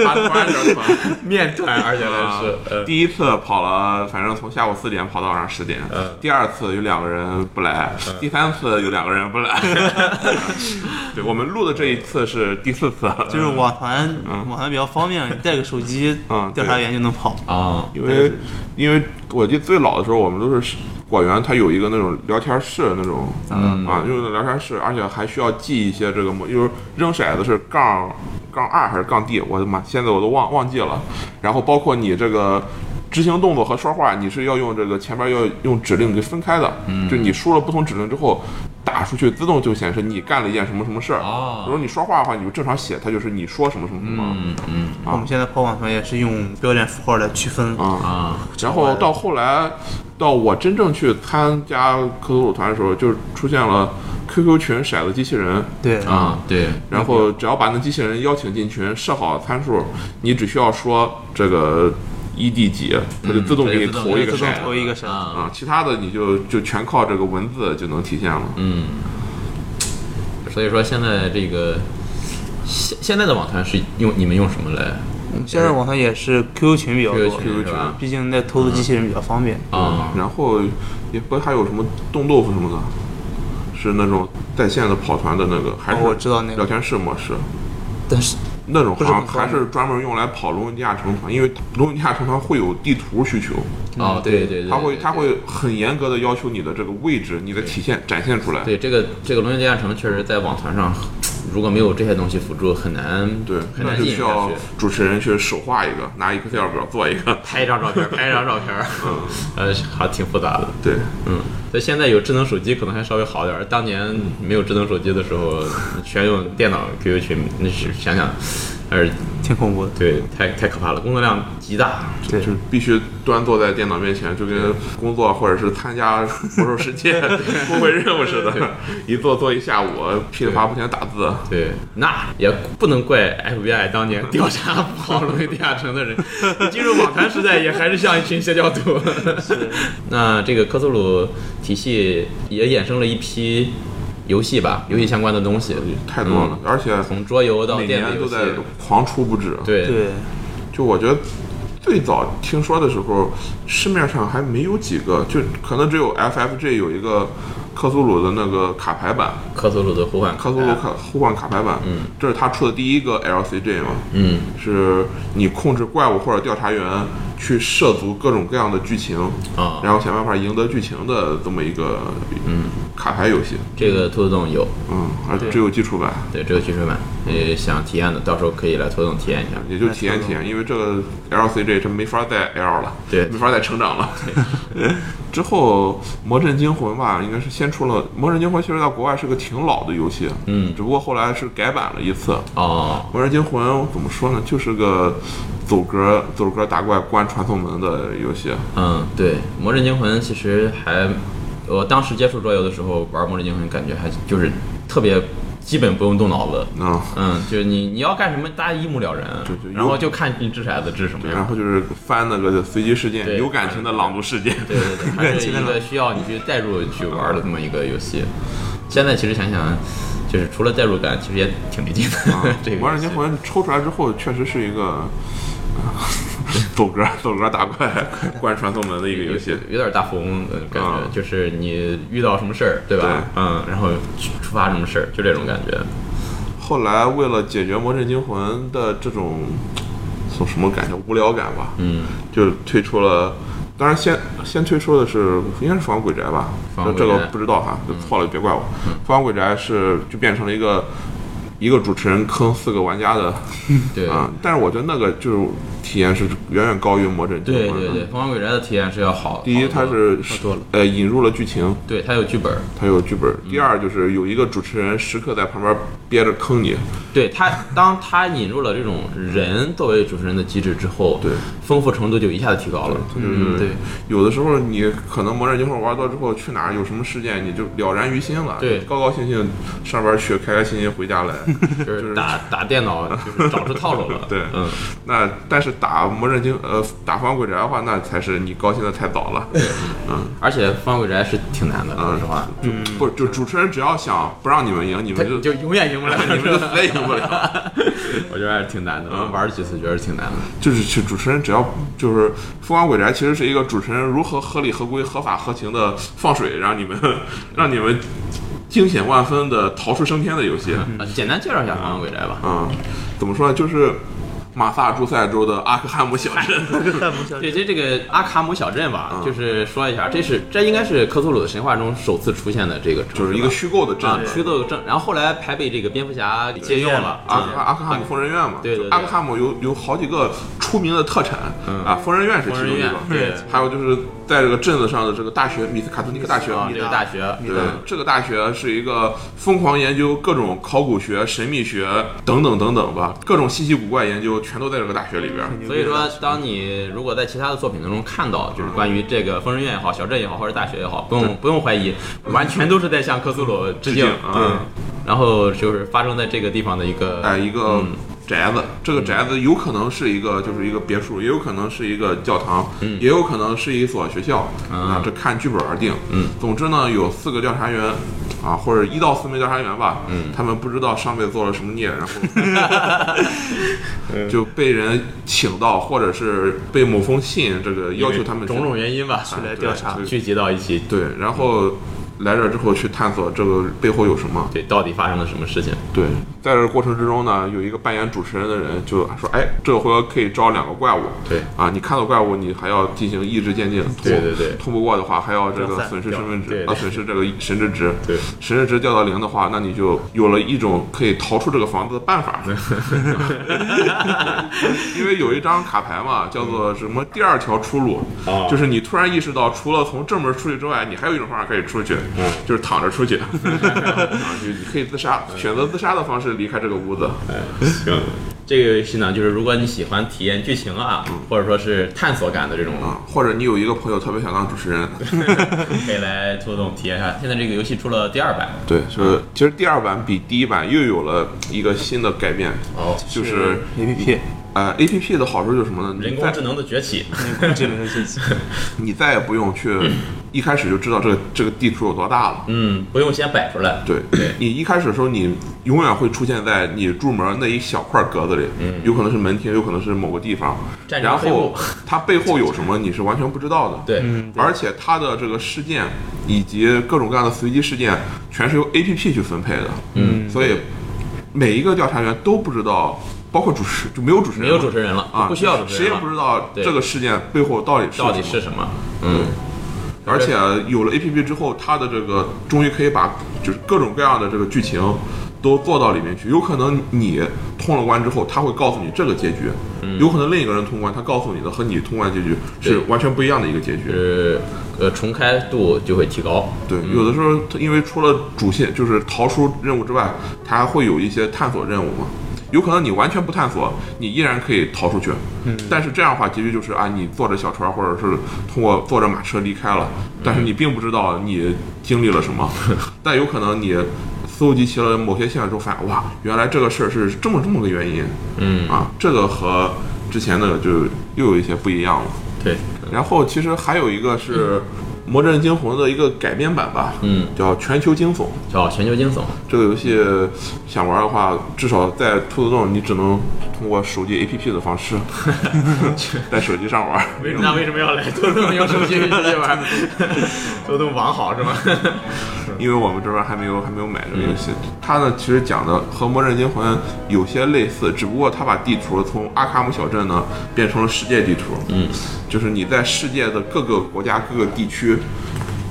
[SPEAKER 2] 把团员团
[SPEAKER 1] 面团，而且
[SPEAKER 2] 啊
[SPEAKER 1] 是
[SPEAKER 2] 第一次跑了，反正从下午四点跑到晚上十点。第二次有两个人不来，第三次有两个人不 来。对，我们录的这一次是第四次，
[SPEAKER 3] 就是
[SPEAKER 1] 嗯
[SPEAKER 3] 网团、网团比较方便，你带个手机，
[SPEAKER 2] 嗯对
[SPEAKER 3] 调查员就能跑。
[SPEAKER 1] 啊，
[SPEAKER 2] 因为因为我记得最老的时候，我们都是果园，它有一个那种聊天室那种，
[SPEAKER 1] 嗯
[SPEAKER 2] 啊，用的聊天室，而且还需要记一些这个模，就是扔骰子是杠杠二还是杠 D，我的妈，现在我都忘忘记了。然后包括你这个。执行动作和说话，你是要用这个前面要用指令给分开的，
[SPEAKER 1] 嗯
[SPEAKER 2] 就你输了不同指令之后，打出去自动就显示你干了一件什么什么事儿。
[SPEAKER 1] 哦
[SPEAKER 2] 如果你说话的话，你就正常写，它就是你说什么什么什么。
[SPEAKER 1] 嗯嗯
[SPEAKER 3] 我们现在跑网团也是用标点符号来区分。
[SPEAKER 2] 啊、
[SPEAKER 1] 啊，
[SPEAKER 2] 然后到后来，到我真正去参加科索鲁团的时候，就是出现了 QQ 群骰子机器人，
[SPEAKER 3] 对，
[SPEAKER 1] 啊，对，
[SPEAKER 2] 然后只要把那机器人邀请进群，设好参数，你只需要说这个一 d 几，它就自动给你
[SPEAKER 1] 它就自动
[SPEAKER 2] 投一个
[SPEAKER 3] 嗯自动嗯
[SPEAKER 2] 骰
[SPEAKER 3] 投
[SPEAKER 2] 子
[SPEAKER 3] 一个骰子。
[SPEAKER 1] 啊，
[SPEAKER 2] 啊，其他的你就就全靠这个文字就能体现了。
[SPEAKER 1] 嗯，所以说现在这个现现在的网团是用你们用什么来
[SPEAKER 3] 现在网团也是 QQ 群比较
[SPEAKER 1] QQ
[SPEAKER 3] 多，
[SPEAKER 1] 群是吧？
[SPEAKER 3] 毕竟那投资机器人比较方便。
[SPEAKER 1] 啊，
[SPEAKER 2] 然后也不还有什么冻豆腐什么的，是那种在线的跑团的那个，还
[SPEAKER 3] 哦
[SPEAKER 2] 嗯是
[SPEAKER 3] 我知道那个
[SPEAKER 2] 聊天室模式。
[SPEAKER 3] 但是
[SPEAKER 2] 那种好
[SPEAKER 3] 是
[SPEAKER 2] 像
[SPEAKER 3] 很方
[SPEAKER 2] 还
[SPEAKER 3] 便
[SPEAKER 2] 是专门用来跑龙与地下城团，因为龙与地下城团会有地图需求，
[SPEAKER 1] 哦，对对对，
[SPEAKER 2] 它会
[SPEAKER 1] 对
[SPEAKER 2] 它会很严格的要求你的这个位置，你的体现展现出来。
[SPEAKER 1] 对这个这个《龙与地下城》确实在网团上，如果没有这些东西辅助，很难
[SPEAKER 2] 对，
[SPEAKER 1] 很
[SPEAKER 2] 那
[SPEAKER 1] 难
[SPEAKER 2] 就
[SPEAKER 1] 进行
[SPEAKER 2] 需
[SPEAKER 1] 下
[SPEAKER 2] 要
[SPEAKER 1] 去。
[SPEAKER 2] 主持人去手画一个，拿 Excel 表做一 个。
[SPEAKER 1] 拍一张照片，拍一张照片， 呃，还挺复杂的。
[SPEAKER 2] 对，
[SPEAKER 1] 嗯，所以现在有智能手机可能还稍微好点儿。当年没有智能手机的时候，全用电脑 QQ 群，那是想想还是
[SPEAKER 3] 挺恐怖的。
[SPEAKER 1] 对太太可怕了，工作量极大。
[SPEAKER 3] 对，
[SPEAKER 2] 必须端坐在电脑面前，就跟工作或者是参加魔兽世界 工会任务似的，一坐坐一下午，噼里啪啦不停地打字。
[SPEAKER 1] 对，那也不能怪 FBI 当年调查不好龙与地下城的人，进入网坛时代也还是像一群邪教徒。 那这个科索鲁体系也衍生了一批游戏吧，游戏相关的东西，
[SPEAKER 2] 太多了，而且
[SPEAKER 1] 嗯从桌游到
[SPEAKER 2] 每
[SPEAKER 1] 电子
[SPEAKER 2] 年
[SPEAKER 1] 游
[SPEAKER 2] 都
[SPEAKER 1] 戏
[SPEAKER 2] 在，狂出不止。
[SPEAKER 1] 对
[SPEAKER 3] 对，
[SPEAKER 2] 就我觉得最早听说的时候，市面上还没有几个，就可能只有 FFG 有一个克苏鲁的那个卡牌版，
[SPEAKER 1] 科索鲁的呼唤，
[SPEAKER 2] 克苏鲁卡呼唤卡牌版，
[SPEAKER 1] 哎嗯，
[SPEAKER 2] 这是他出的第一个 LCG 嘛，
[SPEAKER 1] 嗯，
[SPEAKER 2] 是你控制怪物或者调查员去涉足各种各样的剧情，
[SPEAKER 1] 啊，
[SPEAKER 2] 然后想办法赢得剧情的这么一个嗯卡牌游戏，
[SPEAKER 1] 这个兔子洞有，
[SPEAKER 2] 嗯，而只有基础版，
[SPEAKER 1] 对，这个学水版，呃，想体验的到时候可以来兔子洞体验一下。
[SPEAKER 2] 也就体验体验，因为这个 LCG 这没法再 L 了，
[SPEAKER 1] 对
[SPEAKER 2] 没法再成长了。 之后《魔阵惊魂》吧，应该是先出了《魔阵惊魂》，其实在国外是个挺老的游戏，
[SPEAKER 1] 嗯
[SPEAKER 2] 只不过后来是改版了一次。
[SPEAKER 1] 哦，
[SPEAKER 2] 《魔人惊魂》怎么说呢？就是个走格走格打怪关传送门的游戏。啊
[SPEAKER 1] 嗯，对，《魔阵惊魂》其实还，我当时接触桌游的时候玩《魔阵惊魂》，感觉还就是特别基本不用动脑子。
[SPEAKER 2] 嗯，
[SPEAKER 1] 嗯，就是你你要干什么，大家一目了然
[SPEAKER 2] 对对，有啊
[SPEAKER 1] 然后就看你掷骰子掷什么
[SPEAKER 2] 然
[SPEAKER 1] 样。
[SPEAKER 2] 后就是翻那个随机事件，
[SPEAKER 1] 对
[SPEAKER 2] 有感情的朗读事件。
[SPEAKER 1] 对对 对，它是一个需要你去代入去玩的这么一个游戏。现在其实想想，就是除了代入感，其实也挺没劲的。 这个
[SPEAKER 2] 啊魔人
[SPEAKER 1] 游戏
[SPEAKER 2] 惊魂抽出来之后，确实是一 个走格走格打怪关传送门的一个游戏。
[SPEAKER 1] 有点大富翁的感觉，
[SPEAKER 2] 嗯
[SPEAKER 1] 就是你遇到什么事儿，对吧？
[SPEAKER 2] 对
[SPEAKER 1] 嗯，然后去触发什么事儿，就这种感觉。
[SPEAKER 2] 后来为了解决《魔阵惊魂》的这种从什么感觉无聊感吧，
[SPEAKER 1] 嗯，
[SPEAKER 2] 就推出了。当然先，先推出的是应该是《防鬼宅》嗯吧，
[SPEAKER 1] 防鬼宅
[SPEAKER 2] 这个不知道哈，就错了别怪我。防鬼宅》是就变成了一个一个主持人坑四个玩家的
[SPEAKER 1] 对。
[SPEAKER 2] 啊，但是我觉得那个就是体验是远远高于《魔阵惊
[SPEAKER 1] 对
[SPEAKER 2] 魂》
[SPEAKER 1] 对
[SPEAKER 2] 的。
[SPEAKER 1] 对，疯狂鬼宅的体验是要好。
[SPEAKER 2] 第一，
[SPEAKER 1] 好
[SPEAKER 2] 它
[SPEAKER 1] 得多
[SPEAKER 2] 是
[SPEAKER 3] 多了
[SPEAKER 2] 呃引入了剧情，
[SPEAKER 1] 对它有剧本儿，
[SPEAKER 2] 它有剧本；第二就是有一个主持人时刻在旁边憋着坑你，
[SPEAKER 1] 对它当它引入了这种人作为主持人的机制之后，
[SPEAKER 2] 对，
[SPEAKER 1] 丰富程度就一下子提高了。嗯
[SPEAKER 2] 就是
[SPEAKER 3] 对
[SPEAKER 2] 有的时候你可能《魔战惊魂》玩到之后，去哪儿有什么事件，你就了然于心了，
[SPEAKER 1] 对
[SPEAKER 2] 高高兴兴上班去，开开心心回家来。。
[SPEAKER 1] 就是打打电脑，就是找出套路了
[SPEAKER 2] 对
[SPEAKER 1] 嗯，
[SPEAKER 2] 那但是打《魔战惊》呃打《方鬼宅》的话，那才是你高兴的太早了。
[SPEAKER 1] 而且疯狂鬼宅是挺难的，说实话，
[SPEAKER 2] 嗯，不就主持人只要想不让你们赢，你
[SPEAKER 1] 它
[SPEAKER 2] 们就
[SPEAKER 1] 就永远赢不了，
[SPEAKER 2] 你 们就死也赢不了。
[SPEAKER 1] 我觉得还是挺难的。
[SPEAKER 2] 嗯
[SPEAKER 1] 玩了几次觉得是挺难的。
[SPEAKER 2] 就是去主持人只要就是《疯狂鬼宅》，其实是一个主持人如何合理、合规、合法、合情的放水，让你们让你们惊险万分的逃出升天的游戏。
[SPEAKER 1] 啊，简单介绍一下《疯狂鬼宅》吧。
[SPEAKER 2] 嗯，怎么说呢？就是马萨诸塞州的阿克汉姆小镇。
[SPEAKER 1] 对，这这个阿卡姆小镇吧，
[SPEAKER 2] 嗯
[SPEAKER 1] 就是说一下，这是这应该是科苏鲁的神话中首次出现的这个城市吧，
[SPEAKER 2] 就是一个虚构的镇
[SPEAKER 1] 啊，虚构镇。然后后来还被这个蝙蝠侠借用了
[SPEAKER 2] 阿
[SPEAKER 1] 啊
[SPEAKER 2] 克阿克汉姆疯人院嘛，
[SPEAKER 1] 对对对嗯
[SPEAKER 2] 就阿克汉姆有有好几个出名的特产啊，疯人院是其中一个，
[SPEAKER 1] 疯人院对
[SPEAKER 2] 还有就是在这个镇子上的这个大学，米斯卡托尼克大学，
[SPEAKER 1] 啊，这个大学，
[SPEAKER 2] 对，这个大学是一个疯狂研究各种考古学、神秘学等等等等吧，各种稀奇古怪研究全都在这个大学里边。
[SPEAKER 1] 所以说，当你如果在其他的作品当中看到，就是
[SPEAKER 2] 嗯
[SPEAKER 1] 关于这个疯人院也好、小镇也好，或者大学也好，不用不用怀疑，完全都是在向科苏鲁致敬啊
[SPEAKER 2] 敬。嗯，
[SPEAKER 1] 然后就是发生在这个地方的一个，
[SPEAKER 2] 哎，一个
[SPEAKER 1] 嗯
[SPEAKER 2] 宅子，这个宅子有可能是一个就是一个别墅，也有可能是一个教堂，
[SPEAKER 1] 嗯
[SPEAKER 2] 也有可能是一所学校啊，这看剧本而定。
[SPEAKER 1] 嗯，
[SPEAKER 2] 总之呢，有四个调查员啊，或者一到四名调查员吧，
[SPEAKER 1] 嗯
[SPEAKER 2] 他们不知道上辈子做了什么孽，然后 就被人请到，或者是被某封信这个要求他们去
[SPEAKER 1] 种种原因吧，
[SPEAKER 3] 来调查
[SPEAKER 2] 对
[SPEAKER 1] 聚集到一起，
[SPEAKER 2] 对，然后来这儿之后去探索这个背后有什么。
[SPEAKER 1] 对，到底发生了什么事情？
[SPEAKER 2] 对，在这过程之中呢，有一个扮演主持人的人就说：“哎，这回可以招两个怪物。”
[SPEAKER 1] 对
[SPEAKER 2] 啊，你看到怪物，你还要进行意志鉴定，通
[SPEAKER 1] 对对对
[SPEAKER 2] 通不过的话，还要这
[SPEAKER 3] 要
[SPEAKER 2] 个
[SPEAKER 3] 散
[SPEAKER 2] 损失身份值
[SPEAKER 1] 对对
[SPEAKER 2] 啊，损失这个神智值。
[SPEAKER 1] 对，
[SPEAKER 2] 神智值掉到零的话，那你就有了一种可以逃出这个房子的 办法。 因为有一张卡牌嘛，叫
[SPEAKER 4] 嗯
[SPEAKER 2] 做什么第二条出路，
[SPEAKER 1] 啊
[SPEAKER 2] 就是你突然意识到，除了从正门出去之外，你还有一种方法可以出去，
[SPEAKER 4] 嗯
[SPEAKER 2] 就是躺 着出去，啊，就你可以自杀，
[SPEAKER 4] 嗯
[SPEAKER 2] 选择自杀的方式离开这个屋子。
[SPEAKER 1] 行，嗯这个游戏呢，就是如果你喜欢体验剧情啊，或者说是探索感的这种，
[SPEAKER 2] 啊，或者你有一个朋友特别想当主持人，
[SPEAKER 1] 可以来兔洞体验一下。现在这个游戏出了第二版，
[SPEAKER 2] 对，是其实第二版比第一版又有了一个新的改变，
[SPEAKER 1] 哦，
[SPEAKER 2] 就是
[SPEAKER 3] A P P，
[SPEAKER 2] 呃 A P P 的好处就是什么呢？
[SPEAKER 4] 人
[SPEAKER 2] 在
[SPEAKER 4] 工智能的崛起，
[SPEAKER 3] 这轮的信息，
[SPEAKER 2] 你再也不用 去一开始就知道这个这个地图有多大了。
[SPEAKER 4] 嗯，不用先摆出来，
[SPEAKER 2] 对你一开始的时候，你永远会出现在你入门那一小块格子里，
[SPEAKER 1] 嗯
[SPEAKER 2] 有可能是门厅，有可能是某个地方，
[SPEAKER 4] 战争
[SPEAKER 2] 然
[SPEAKER 4] 黑
[SPEAKER 2] 后
[SPEAKER 4] 幕
[SPEAKER 2] 它背后有什么你是完全不知道的。
[SPEAKER 4] 对，
[SPEAKER 2] 而且它的这个事件以及各种各样的随机事件，全是由 A P P 去分配的。嗯，所以每一个调查员都不知道，包括主持就没有主持
[SPEAKER 1] 没
[SPEAKER 2] 人了，
[SPEAKER 1] 有主持人了，
[SPEAKER 2] 啊，
[SPEAKER 1] 不需要主持
[SPEAKER 2] 谁
[SPEAKER 1] 人
[SPEAKER 2] 也
[SPEAKER 1] 了，
[SPEAKER 2] 不知道
[SPEAKER 1] 对
[SPEAKER 2] 这个事件背后到底是
[SPEAKER 1] 到底
[SPEAKER 2] 什么
[SPEAKER 1] 是什么。嗯，
[SPEAKER 2] 而且有了 A P P 之后，它的这个终于可以把就是各种各样的这个剧情都做到里面去。有可能你通了关之后，它会告诉你这个结局；有可能另一个人通关，他告诉你的和你通关结局是完全不一样的一个结局。
[SPEAKER 1] 是呃重开度就会提高。
[SPEAKER 2] 对，有的时候它因为除了主线就是逃出任务之外，它还会有一些探索任务嘛。有可能你完全不探索，你依然可以逃出去。嗯，但是这样的话，结局就是啊，你坐着小船或者是通过坐着马车离开了，但是你并不知道你经历了什 么。但有可能你搜集齐了某些线索之后，发现哇，原来这个事儿是这么这么个原因。嗯，啊，这个和之前的就又有一些不一样了。
[SPEAKER 1] 对，
[SPEAKER 2] 然后其实还有一个是《魔阵惊魂》的一个改编版吧，
[SPEAKER 1] 嗯，
[SPEAKER 2] 叫《全球惊悚》。
[SPEAKER 1] 叫全球惊悚。
[SPEAKER 2] 这个游戏想玩的话，至少在兔子洞你只能通过手机 APP 的方式，在手机上玩。
[SPEAKER 1] 那为什么要来多动用手机游戏玩？多动网好是吗？
[SPEAKER 2] 因为我们这边还没有还没有买这个游戏。它呢，其实讲的和《魔阵惊魂》有些类似，只不过它把地图从阿卡姆小镇呢变成了世界地图。嗯，就是你在世界的各个国家、各个地区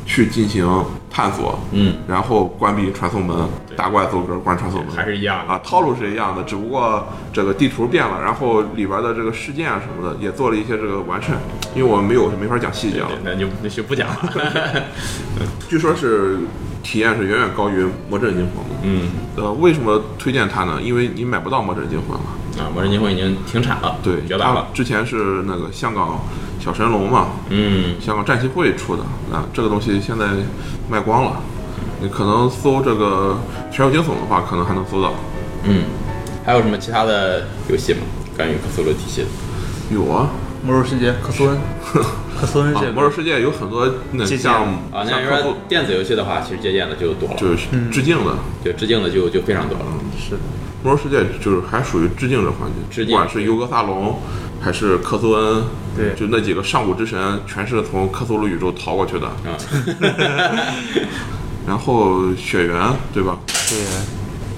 [SPEAKER 2] 去进行探索。
[SPEAKER 1] 嗯，
[SPEAKER 2] 然后关闭传送门，打怪奏折关传送门，
[SPEAKER 1] 还是一样的
[SPEAKER 2] 啊，套路是一样的，只不过这个地图变了，然后里边的这个事件啊什么的也做了一些这个完善。因为我们没有没法讲细节了。
[SPEAKER 1] 那就那就不讲了。
[SPEAKER 2] 据说是体验是远远高于《魔阵惊魂》的。
[SPEAKER 1] 嗯，
[SPEAKER 2] 呃，为什么推荐它呢？因为你买不到《魔阵惊魂》了。
[SPEAKER 1] 啊，魔人惊魂已经停产了，
[SPEAKER 2] 对，啊
[SPEAKER 1] 绝版
[SPEAKER 2] 它
[SPEAKER 1] 了。
[SPEAKER 2] 之前是那个香港小神龙嘛，
[SPEAKER 1] 嗯，
[SPEAKER 2] 香港战棋会出的。啊，这个东西现在卖光了。你可能搜这个《全球惊悚》的话，可能还能搜到。
[SPEAKER 1] 嗯还有什么其他的游戏吗？关于克苏鲁体系的？
[SPEAKER 2] 有啊，
[SPEAKER 3] 魔兽世界科苏恩， 科苏恩
[SPEAKER 2] 啊
[SPEAKER 3] 这
[SPEAKER 2] 《魔
[SPEAKER 3] 个
[SPEAKER 2] 兽世界》有很多那
[SPEAKER 3] 借鉴
[SPEAKER 2] 像
[SPEAKER 1] 啊，那
[SPEAKER 2] 像
[SPEAKER 1] 要
[SPEAKER 2] 克苏
[SPEAKER 1] 说电子游戏的话，其实借鉴的就多了，
[SPEAKER 2] 就是致敬的。
[SPEAKER 1] 就致敬的就就非常多了。
[SPEAKER 3] 是
[SPEAKER 2] 魔兽世界就是还属于致敬这环节，
[SPEAKER 1] 致敬
[SPEAKER 2] 不管是尤格萨隆还是科苏恩，
[SPEAKER 3] 对
[SPEAKER 2] 就那几个上古之神，全是从克苏鲁宇宙逃过去的。
[SPEAKER 1] 啊，
[SPEAKER 2] 然后血缘，对吧？
[SPEAKER 3] 对，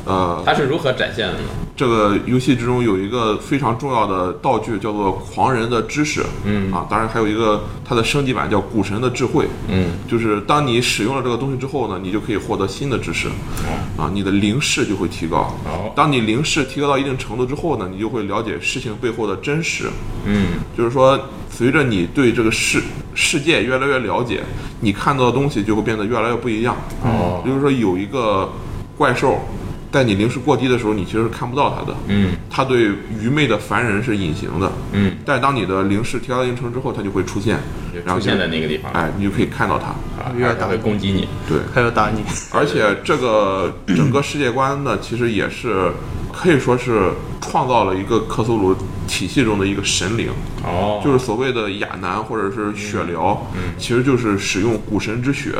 [SPEAKER 2] 呃，
[SPEAKER 1] 它是如何展现的呢？
[SPEAKER 2] 这个游戏之中有一个非常重要的道具，叫做狂人的知识。嗯啊，当然还有一个它的升级版叫古神的智慧。
[SPEAKER 1] 嗯，
[SPEAKER 2] 就是当你使用了这个东西之后呢，你就可以获得新的知识，啊，你的灵视就会提高。
[SPEAKER 1] 哦
[SPEAKER 2] 当你灵视提高到一定程度之后呢，你就会了解事情背后的真实。
[SPEAKER 1] 嗯，
[SPEAKER 2] 就是说，随着你对这个世世界越来越了解，你看到的东西就会变得越来越不一样。
[SPEAKER 1] 哦
[SPEAKER 2] 比如说有一个怪兽，在你灵视过低的时候，你其实是看不到它的。
[SPEAKER 1] 嗯，
[SPEAKER 2] 它对愚昧的凡人是隐形的。
[SPEAKER 1] 嗯，
[SPEAKER 2] 但是当你的灵视提高到一定程度之后，它就会出现，
[SPEAKER 1] 就
[SPEAKER 2] 然后
[SPEAKER 1] 出
[SPEAKER 2] 就
[SPEAKER 1] 现在那个地方，
[SPEAKER 2] 哎，你就可以看到它。
[SPEAKER 1] 啊，
[SPEAKER 3] 有点
[SPEAKER 1] 它会攻击你。
[SPEAKER 2] 对，
[SPEAKER 3] 还有打你，
[SPEAKER 2] 而且这个整个世界观呢，其实也是可以说是创造了一个克苏鲁体系中的一个神灵。
[SPEAKER 1] 哦，嗯
[SPEAKER 2] 就是所谓的亚男或者是血疗，其实就是使用古神之血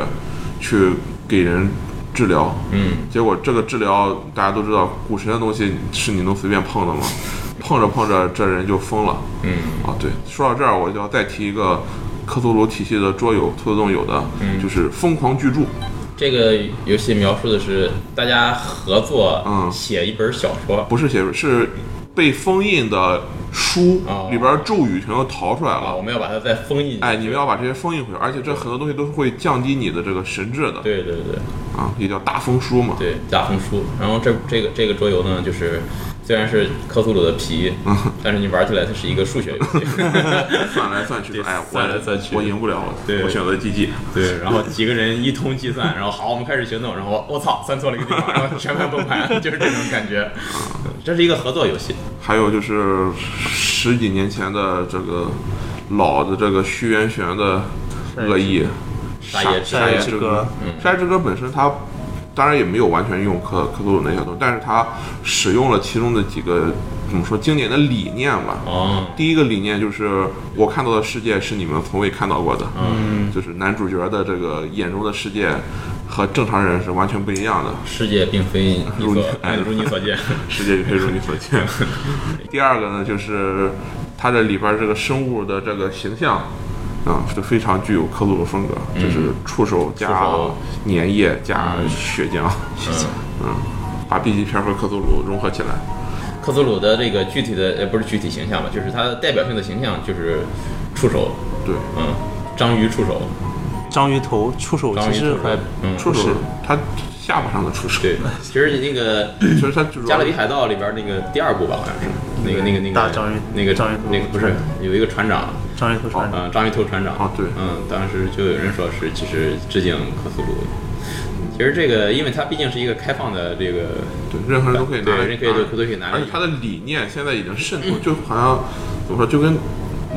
[SPEAKER 2] 去给人治疗。
[SPEAKER 1] 嗯，
[SPEAKER 2] 结果这个治疗大家都知道，古神的东西是你能随便碰的吗？碰着碰着，这人就疯了。嗯，啊，对，说到这儿，我就要再提一个克苏鲁体系的桌游，兔子洞有的，
[SPEAKER 1] 嗯
[SPEAKER 2] 就是《疯狂巨著》。
[SPEAKER 1] 这个游戏描述的是大家合作
[SPEAKER 2] 嗯
[SPEAKER 1] 写一本小说，
[SPEAKER 2] 不是写是被封印的书、
[SPEAKER 1] 哦
[SPEAKER 2] 里边儿咒语全都逃出来
[SPEAKER 1] 啊，
[SPEAKER 2] 了。
[SPEAKER 1] 我们要把它再封印进去。
[SPEAKER 2] 哎，你们要把这些封印回去，而且这很多东西都是会降低你的这个神智的。
[SPEAKER 1] 对对对
[SPEAKER 2] 啊，也叫大风书嘛。
[SPEAKER 1] 对，大红书。然后这这个这个桌游呢，就是虽然是科苏鲁的皮， 但是你玩起来它是一个数学游戏。
[SPEAKER 2] 算来算去说，哎，我
[SPEAKER 1] 算来算去
[SPEAKER 2] 我赢不了了，
[SPEAKER 1] 对
[SPEAKER 2] 我选择 GG。
[SPEAKER 1] 对，然后几个人一通计算，然后好，我们开始行动，然后我操，算错了一个地方，然后全盘崩盘， 就是这种感觉。这是一个合作游戏，
[SPEAKER 2] 还有就是十几年前的这个老的这个虚渊玄的恶意，
[SPEAKER 1] 沙野之
[SPEAKER 2] 沙
[SPEAKER 3] 沙
[SPEAKER 2] 野
[SPEAKER 3] 野
[SPEAKER 2] 之
[SPEAKER 3] 之
[SPEAKER 2] 歌嗯
[SPEAKER 3] 歌，
[SPEAKER 2] 沙野之歌本身它当然也没有完全用科科鲁那些东西，但是它使用了其中的几个怎么说经典的理念吧。
[SPEAKER 1] 哦，
[SPEAKER 2] 第一个理念就是我看到的世界是你们从未看到过的，嗯，就是男主角的这个眼中的世界和正常人是完全不一样的，
[SPEAKER 1] 世界并非你所哎如你所见，
[SPEAKER 2] 世界可以如你所见。 第二个呢，就是它这里边儿这个生物的这个形象啊，就非常具有克鲁鲁风格，就是触手
[SPEAKER 1] 嗯
[SPEAKER 2] 加
[SPEAKER 1] 触手
[SPEAKER 2] 粘液加血浆，嗯，把 B 级片和克苏鲁融合起来。
[SPEAKER 1] 克苏鲁的这个具体的呃不是具体形象吧，就是它的代表性的形象就是触手，
[SPEAKER 2] 对，
[SPEAKER 1] 嗯，章鱼触手，
[SPEAKER 3] 章鱼头触手
[SPEAKER 1] 章鱼
[SPEAKER 3] 其实
[SPEAKER 1] 触
[SPEAKER 3] 还
[SPEAKER 1] 手，嗯，
[SPEAKER 2] 触手
[SPEAKER 3] 是
[SPEAKER 2] 它下巴上的触手，
[SPEAKER 1] 对， 其实那个
[SPEAKER 2] 其
[SPEAKER 1] 《
[SPEAKER 2] 实它就是
[SPEAKER 1] 加勒比海盗》里边那个第二部吧，好像是那个那个那个
[SPEAKER 3] 大章鱼
[SPEAKER 1] 那个
[SPEAKER 3] 章鱼
[SPEAKER 1] 那个不是有一个船长，
[SPEAKER 3] 章鱼头船长。
[SPEAKER 1] 呃，章鱼头船长
[SPEAKER 2] 哦对
[SPEAKER 1] 嗯，当时就有人说是其实致敬克苏鲁。其实这个，因为它毕竟是一个开放的这个，
[SPEAKER 2] 对，任何人都可以拿，
[SPEAKER 1] 对任何人都可以拿
[SPEAKER 2] 而且它的理念现在已经渗透，就好像怎么说，就跟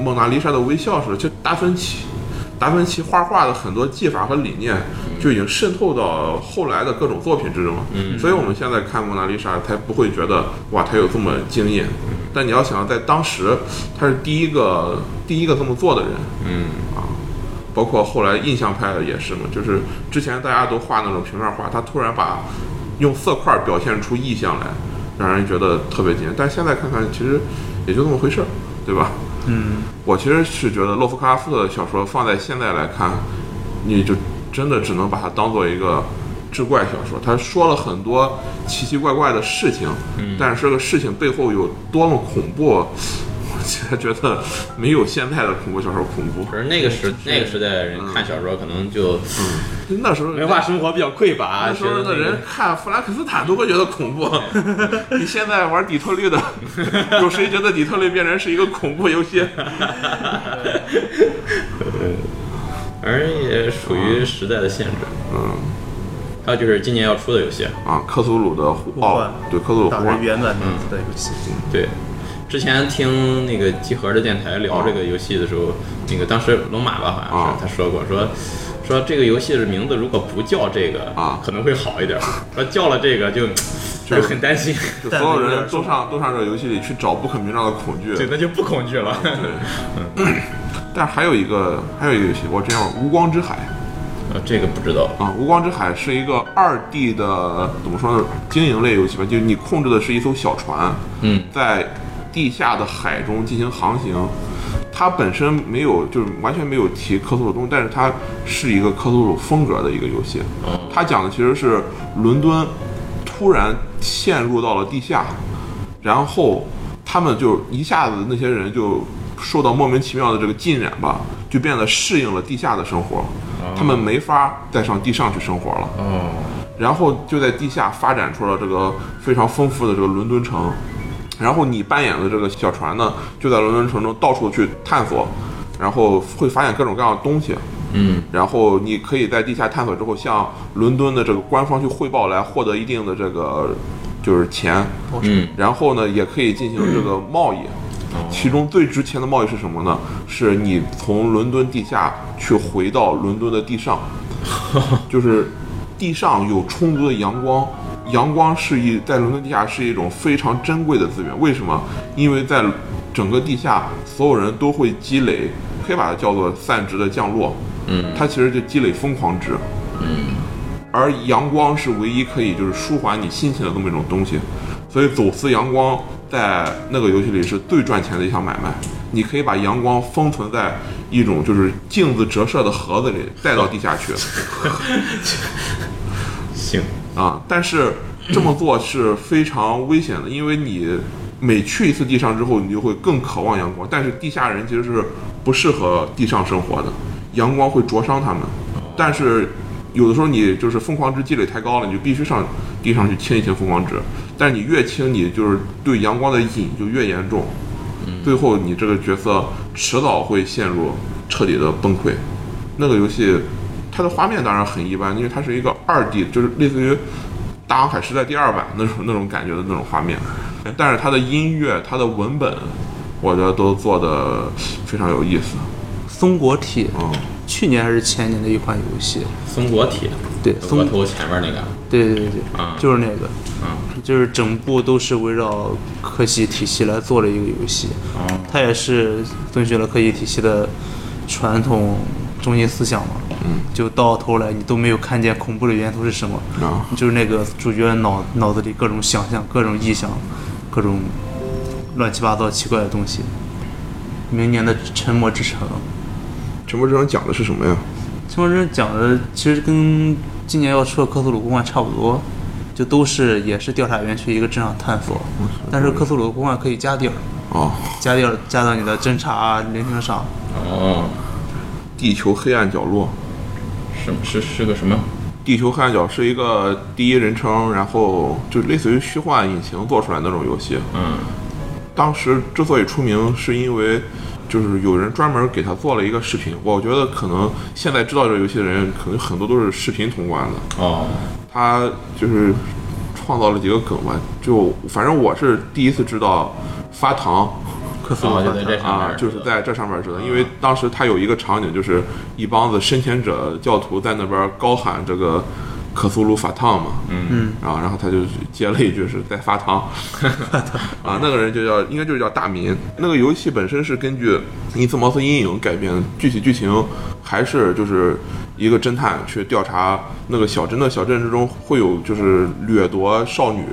[SPEAKER 2] 蒙娜丽莎的微笑似的，就达芬奇。达芬奇画画的很多技法和理念就已经渗透到后来的各种作品之中了，所以我们现在看蒙娜丽莎才不会觉得哇，它有这么惊艳。但你要想在当时，他是第一个第一个这么做的人，
[SPEAKER 1] 嗯，
[SPEAKER 2] 包括后来印象派也是嘛，就是之前大家都画那种平面画，他突然把用色块表现出意象来，让人觉得特别惊艳。但现在看看，其实也就那么回事儿，对吧？
[SPEAKER 3] 嗯，
[SPEAKER 2] 我其实是觉得洛夫克拉夫特的小说放在现在来看，你就真的只能把它当做一个志怪小说。他说了很多奇奇怪怪的事情，但是这个事情背后有多么恐怖，我现在觉得没有现在的恐怖小说恐怖。
[SPEAKER 1] 可是那个
[SPEAKER 2] 嗯
[SPEAKER 1] 时那个时代人看小说可能就
[SPEAKER 2] 那时候
[SPEAKER 1] 文化生活比较匮乏，
[SPEAKER 2] 嗯那时候
[SPEAKER 1] 觉得
[SPEAKER 2] 的
[SPEAKER 1] 那个
[SPEAKER 2] 人看弗兰肯斯坦都会觉得恐 怖，你现在玩底特律的，有谁觉得底特律变成是一个恐怖游戏？
[SPEAKER 1] 而也属于时代的限制。
[SPEAKER 2] 嗯，
[SPEAKER 1] 还有就是今年要出的游戏，
[SPEAKER 2] 啊，克苏鲁的互
[SPEAKER 3] 互
[SPEAKER 2] 哦
[SPEAKER 3] 换，
[SPEAKER 2] 对，克苏鲁互
[SPEAKER 3] 打着
[SPEAKER 2] 换，
[SPEAKER 3] 原版名字的游戏，
[SPEAKER 1] 对，之前听那个集合的电台聊这个游戏的时候，那个当时龙马吧好像
[SPEAKER 2] 啊
[SPEAKER 1] 是他说过说。说这个游戏的名字如果不叫这个
[SPEAKER 2] 啊
[SPEAKER 1] 可能会好一点。 说叫了这个就就很担心，
[SPEAKER 2] 就所有人都上都上这个游戏里去找不可名状的恐惧。
[SPEAKER 1] 对，那就不恐惧了。 哦
[SPEAKER 2] 但还有一个还有一个游戏，我之前玩《无光之海》
[SPEAKER 1] 呃，这个不知道。
[SPEAKER 2] 啊，《无光之海》是一个二 D 的怎么说呢，经营类游戏吧，就是你控制的是一艘小船，
[SPEAKER 1] 嗯，
[SPEAKER 2] 在地下的海中进行航行。它本身没有，就是完全没有提科苏鲁东，但是它是一个科苏鲁风格的一个游戏。它讲的其实是伦敦突然陷入到了地下，然后他们就一下子那些人就受到莫名其妙的这个浸染吧，就变得适应了地下的生活，他们没法再上地上去生活了。
[SPEAKER 1] 哦，
[SPEAKER 2] 然后就在地下发展出了这个非常丰富的这个伦敦城。然后你扮演的这个小船呢，就在伦敦城中到处去探索，然后会发现各种各样的东西。
[SPEAKER 1] 嗯，
[SPEAKER 2] 然后你可以在地下探索之后，向伦敦的这个官方去汇报，来获得一定的这个就是钱。
[SPEAKER 1] 嗯，
[SPEAKER 2] 然后呢，也可以进行这个贸易。其中最值钱的贸易是什么呢？是你从伦敦地下去回到伦敦的地上，就是地上有充足的阳光，阳光是一在伦敦地下是一种非常珍贵的资源。为什么？因为在整个地下，所有人都会积累，可以把它叫做散值的降落。嗯，它其实就积累疯狂值。而阳光是唯一可以就是舒缓你心情的这么一种东西，所以走私阳光在那个游戏里是最赚钱的一项买卖。你可以把阳光封存在一种就是镜子折射的盒子里，带到地下去
[SPEAKER 1] 行，
[SPEAKER 2] 啊。但是这么做是非常危险的，因为你每去一次地上之后，你就会更渴望阳光。但是地下人其实是不适合地上生活的，阳光会灼伤他们。但是有的时候你就是疯狂值积累太高了，你就必须上地上去清一清疯狂值。但是你越清，你就是对阳光的瘾就越严重，最后你这个角色迟早会陷入彻底的崩溃。那个游戏它的画面当然很一般，因为它是一个二 D，就是类似于《大航海时代》第二版那种那种感觉的那种画面，但是它的音乐、它的文本，我觉得都做的非常有意思。
[SPEAKER 3] 松果体
[SPEAKER 2] 嗯，
[SPEAKER 3] 去年还是前年的一款游戏，
[SPEAKER 4] 松果体，
[SPEAKER 3] 对
[SPEAKER 4] 额
[SPEAKER 3] 松
[SPEAKER 4] 头前面那个，
[SPEAKER 3] 对对对对，
[SPEAKER 4] 啊
[SPEAKER 3] 就是那个，
[SPEAKER 4] 嗯，
[SPEAKER 3] 就是整部都是围绕科技体系来做的一个游戏，
[SPEAKER 4] 哦，
[SPEAKER 3] 它也是遵循了科技体系的传统中心思想嘛。嗯，就到头来你都没有看见恐怖的源头是什么，
[SPEAKER 2] 啊，
[SPEAKER 3] 就是那个主角脑脑子里各种想象、各种臆想、各种乱七八糟奇怪的东西。明年的《沉默之城》，
[SPEAKER 2] 沉默之城讲的是什么呀？
[SPEAKER 3] 《沉默之城》讲的其实跟今年要出的《克苏鲁公幻》差不多，就都是也是调查员去一个镇上探索，但是《克苏鲁公幻》可以加点儿，
[SPEAKER 2] 哦，
[SPEAKER 3] 加点儿加到你的侦查啊、聆听上。
[SPEAKER 4] 哦，
[SPEAKER 2] 地球黑暗角落。
[SPEAKER 4] 什么是是个什么？
[SPEAKER 2] 地球黑暗角是一个第一人称，然后就类似于虚幻引擎做出来的那种游戏。
[SPEAKER 4] 嗯，
[SPEAKER 2] 当时之所以出名，是因为就是有人专门给他做了一个视频。我觉得可能现在知道这个游戏的人，可能很多都是视频通关的。
[SPEAKER 4] 哦，
[SPEAKER 2] 他就是创造了几个梗吧，就反正我是第一次知道发糖
[SPEAKER 3] 克苏鲁
[SPEAKER 4] 哦，就
[SPEAKER 3] 幻
[SPEAKER 4] 在
[SPEAKER 3] 探
[SPEAKER 4] 这上
[SPEAKER 2] 啊，
[SPEAKER 4] 面，
[SPEAKER 2] 就是在这上面知道，因为当时他有一个场景，就是一帮子深潜者教徒在那边高喊这个可苏鲁法烫嘛，嗯嗯，啊，然后他就接了一句是在发烫，啊，那个人就叫应该就是叫大民。那个游戏本身是根据尼斯茅斯阴影改编的，具体剧情还是就是一个侦探去调查那个小镇的小镇之中会有就是掠夺少女。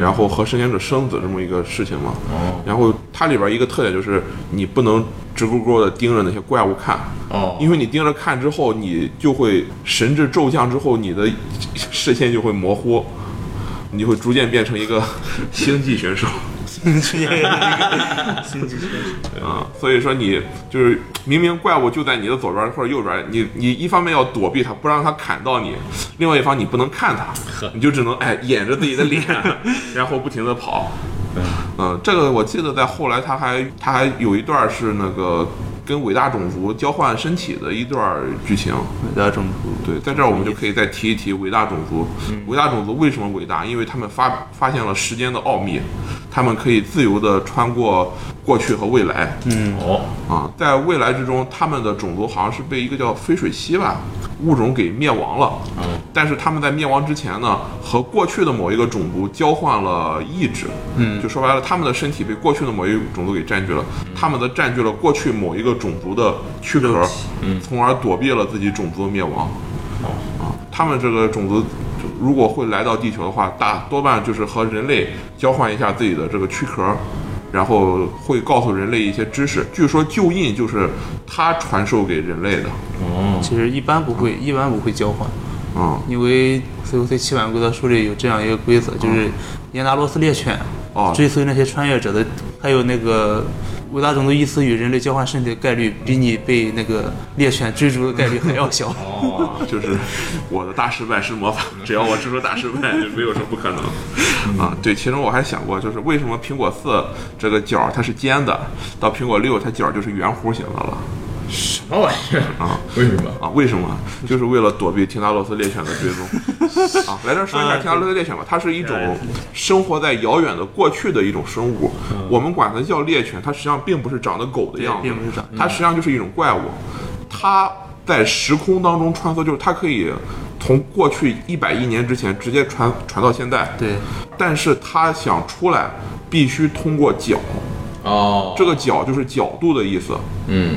[SPEAKER 2] 然后和深潜者生子这么一个事情嘛，
[SPEAKER 4] 嗯哦
[SPEAKER 2] 然后它里边一个特点就是你不能直勾勾的盯着那些怪物看，
[SPEAKER 4] 哦，
[SPEAKER 2] 因为你盯着看之后，你就会神志骤降，之后你的视线就会模糊， 你就会逐渐变成一个星际选手啊。所以说你就是明明怪物就在你的左边或者右边，你你一方面要躲避它，不让它砍到你；另外一方你不能看它，你就只能哎掩着自己的脸， 然后不停的跑。嗯，这个我记得在后来他还他还有一段是那个跟伟大种族交换身体的一段剧情。
[SPEAKER 3] 伟大中途。
[SPEAKER 2] 对，在这儿我们就可以再提一提伟大种族。伟大种族为什么伟大？因为他们发发现了时间的奥秘，他们可以自由地穿过过去和未来。
[SPEAKER 4] 哦，
[SPEAKER 2] 啊，在未来之中，他们的种族好像是被一个叫飞水溪吧物种给灭亡了。
[SPEAKER 4] 哦
[SPEAKER 2] 但是他们在灭亡之前呢，和过去的某一个种族交换了意志。嗯，就说白了，他们的身体被过去的某一个种族给占据了，他们则占据了过去某一个种族的躯壳，嗯，从而躲避了自己种族的灭亡。啊，他们这个种族就如果会来到地球的话，大多半就是和人类交换一下自己的这个躯壳，然后会告诉人类一些知识。据说旧印就是他传授给人类的。
[SPEAKER 4] 哦，
[SPEAKER 3] 其实一般不会，一般不会交换，
[SPEAKER 2] 嗯，
[SPEAKER 3] 因为 COC 七版规则书里有这样一个规则，就是严达罗斯猎犬
[SPEAKER 2] 哦
[SPEAKER 3] 追随那些穿越者的，还有那个维达种族伊斯与人类交换身体的概率，比你被那个猎犬追逐的概率还要小。
[SPEAKER 4] 哦，
[SPEAKER 2] 就是我的大失败是魔法，只要我吃出大失败， 就没有什么不可能。啊，对，其中我还想过，就是为什么苹果四这个角儿它是尖的，到苹果六它角儿就是圆弧形的了。
[SPEAKER 4] 什么玩意儿
[SPEAKER 2] 啊？
[SPEAKER 4] 为什么？
[SPEAKER 2] 啊，为什么？就是为了躲避提纳洛斯猎犬的追踪 啊！来这儿说一下提纳洛斯猎犬吧，它是一种生活在遥远的过去的一种生物，我们管它叫猎犬，它实际上并不是长得狗的样子，
[SPEAKER 3] 嗯并不是长嗯
[SPEAKER 2] 它实际上就是一种怪物，它在时空当中穿梭，就是它可以从过去一百亿年之前直接传传到现在，
[SPEAKER 3] 对，
[SPEAKER 2] 但是它想出来必须通过角，
[SPEAKER 4] 哦，
[SPEAKER 2] 这个角就是角度的意思，
[SPEAKER 4] 嗯，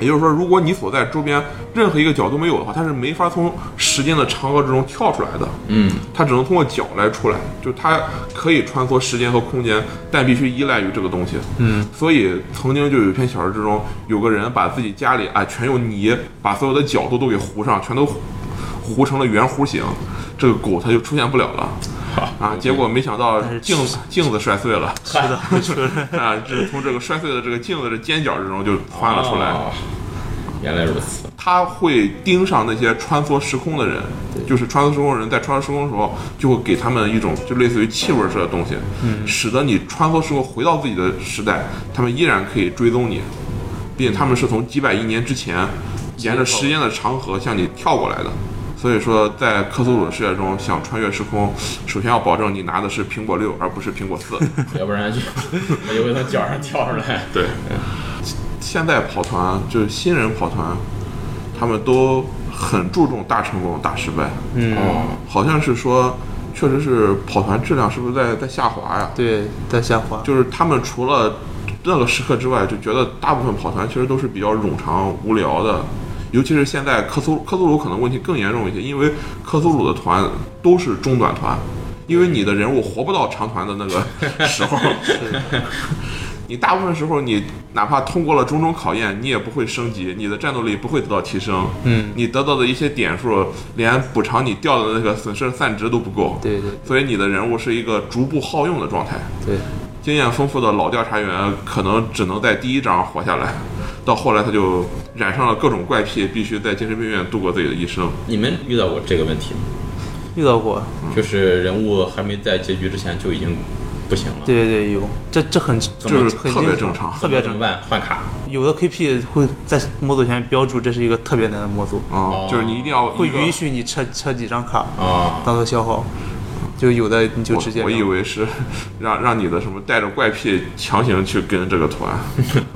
[SPEAKER 2] 也就是说，如果你所在周边任何一个角都没有的话，它是没法从时间的长河之中跳出来的。
[SPEAKER 4] 嗯，
[SPEAKER 2] 它只能通过脚来出来，就它可以穿梭时间和空间，但必须依赖于这个东西。嗯，所以曾经就有一篇小说之中，有个人把自己家里啊全用泥，把所有的角度都给糊上，全都糊糊成了圆弧形，这个狗它就出现不了了。啊！结果没想到
[SPEAKER 3] 是
[SPEAKER 2] 镜子镜子摔碎了，
[SPEAKER 3] 是 的，是的。
[SPEAKER 2] 啊，这从这个摔碎的这个镜子的尖角之中就窜了出来。
[SPEAKER 4] 哦。原来如此，
[SPEAKER 2] 他会盯上那些穿梭时空的人，就是穿梭时空的人在穿梭时空的时候，就会给他们一种就类似于气味似的东西，使得你穿梭时候回到自己的时代，他们依然可以追踪你，并且他们是从几百亿年之前，沿着时间的长河向你跳过来的。所以说，在克苏鲁的世界中，想穿越时空，首先要保证你拿的是苹果六，而不是苹果四。
[SPEAKER 4] 要不然就 我就会从脚上跳出来。
[SPEAKER 2] 对，现在跑团就是新人跑团，他们都很注重大成功、大失败。哦
[SPEAKER 3] 嗯，
[SPEAKER 2] 好像是说，确实是跑团质量是不是在在下滑呀？
[SPEAKER 3] 对，在下滑。
[SPEAKER 2] 就是他们除了那个时刻之外，就觉得大部分跑团其实都是比较冗长无聊的，尤其是现在科苏科苏鲁可能问题更严重一些，因为科苏鲁的团都是中短团，因为你的人物活不到长团的那个时候。你大部分时候，你哪怕通过了种种考验，你也不会升级，你的战斗力不会得到提升。嗯，你得到的一些点数，连补偿你掉的那个损失散值都不够。
[SPEAKER 3] 对对
[SPEAKER 2] 所以你的人物是一个逐步耗用的状态。
[SPEAKER 3] 对，
[SPEAKER 2] 经验丰富的老调查员可能只能在第一章活下来，到后来他就染上了各种怪癖，必须在精神病院度过自己的一生。
[SPEAKER 4] 你们遇到过这个问题吗？
[SPEAKER 3] 遇到过。
[SPEAKER 4] 就是人物还没在结局之前就已经不行了，，
[SPEAKER 3] 对对对，有。这这很这
[SPEAKER 2] 就是
[SPEAKER 3] 很
[SPEAKER 2] 特别
[SPEAKER 3] 经
[SPEAKER 2] 正常啊
[SPEAKER 3] 特别
[SPEAKER 4] 怎么
[SPEAKER 3] 正。
[SPEAKER 4] 办？换卡，
[SPEAKER 3] 有的 KP 会在模组前标注这是一个特别难的模组，
[SPEAKER 2] 啊、就是你一定要
[SPEAKER 3] 哦会
[SPEAKER 2] 一个
[SPEAKER 3] 允许你撤撤几张卡
[SPEAKER 4] 啊
[SPEAKER 3] 当做消耗，就有的你就
[SPEAKER 2] 我
[SPEAKER 3] 直接
[SPEAKER 2] 我以
[SPEAKER 3] 扔
[SPEAKER 2] 为是让让你的什么带着怪癖强行去跟这个团，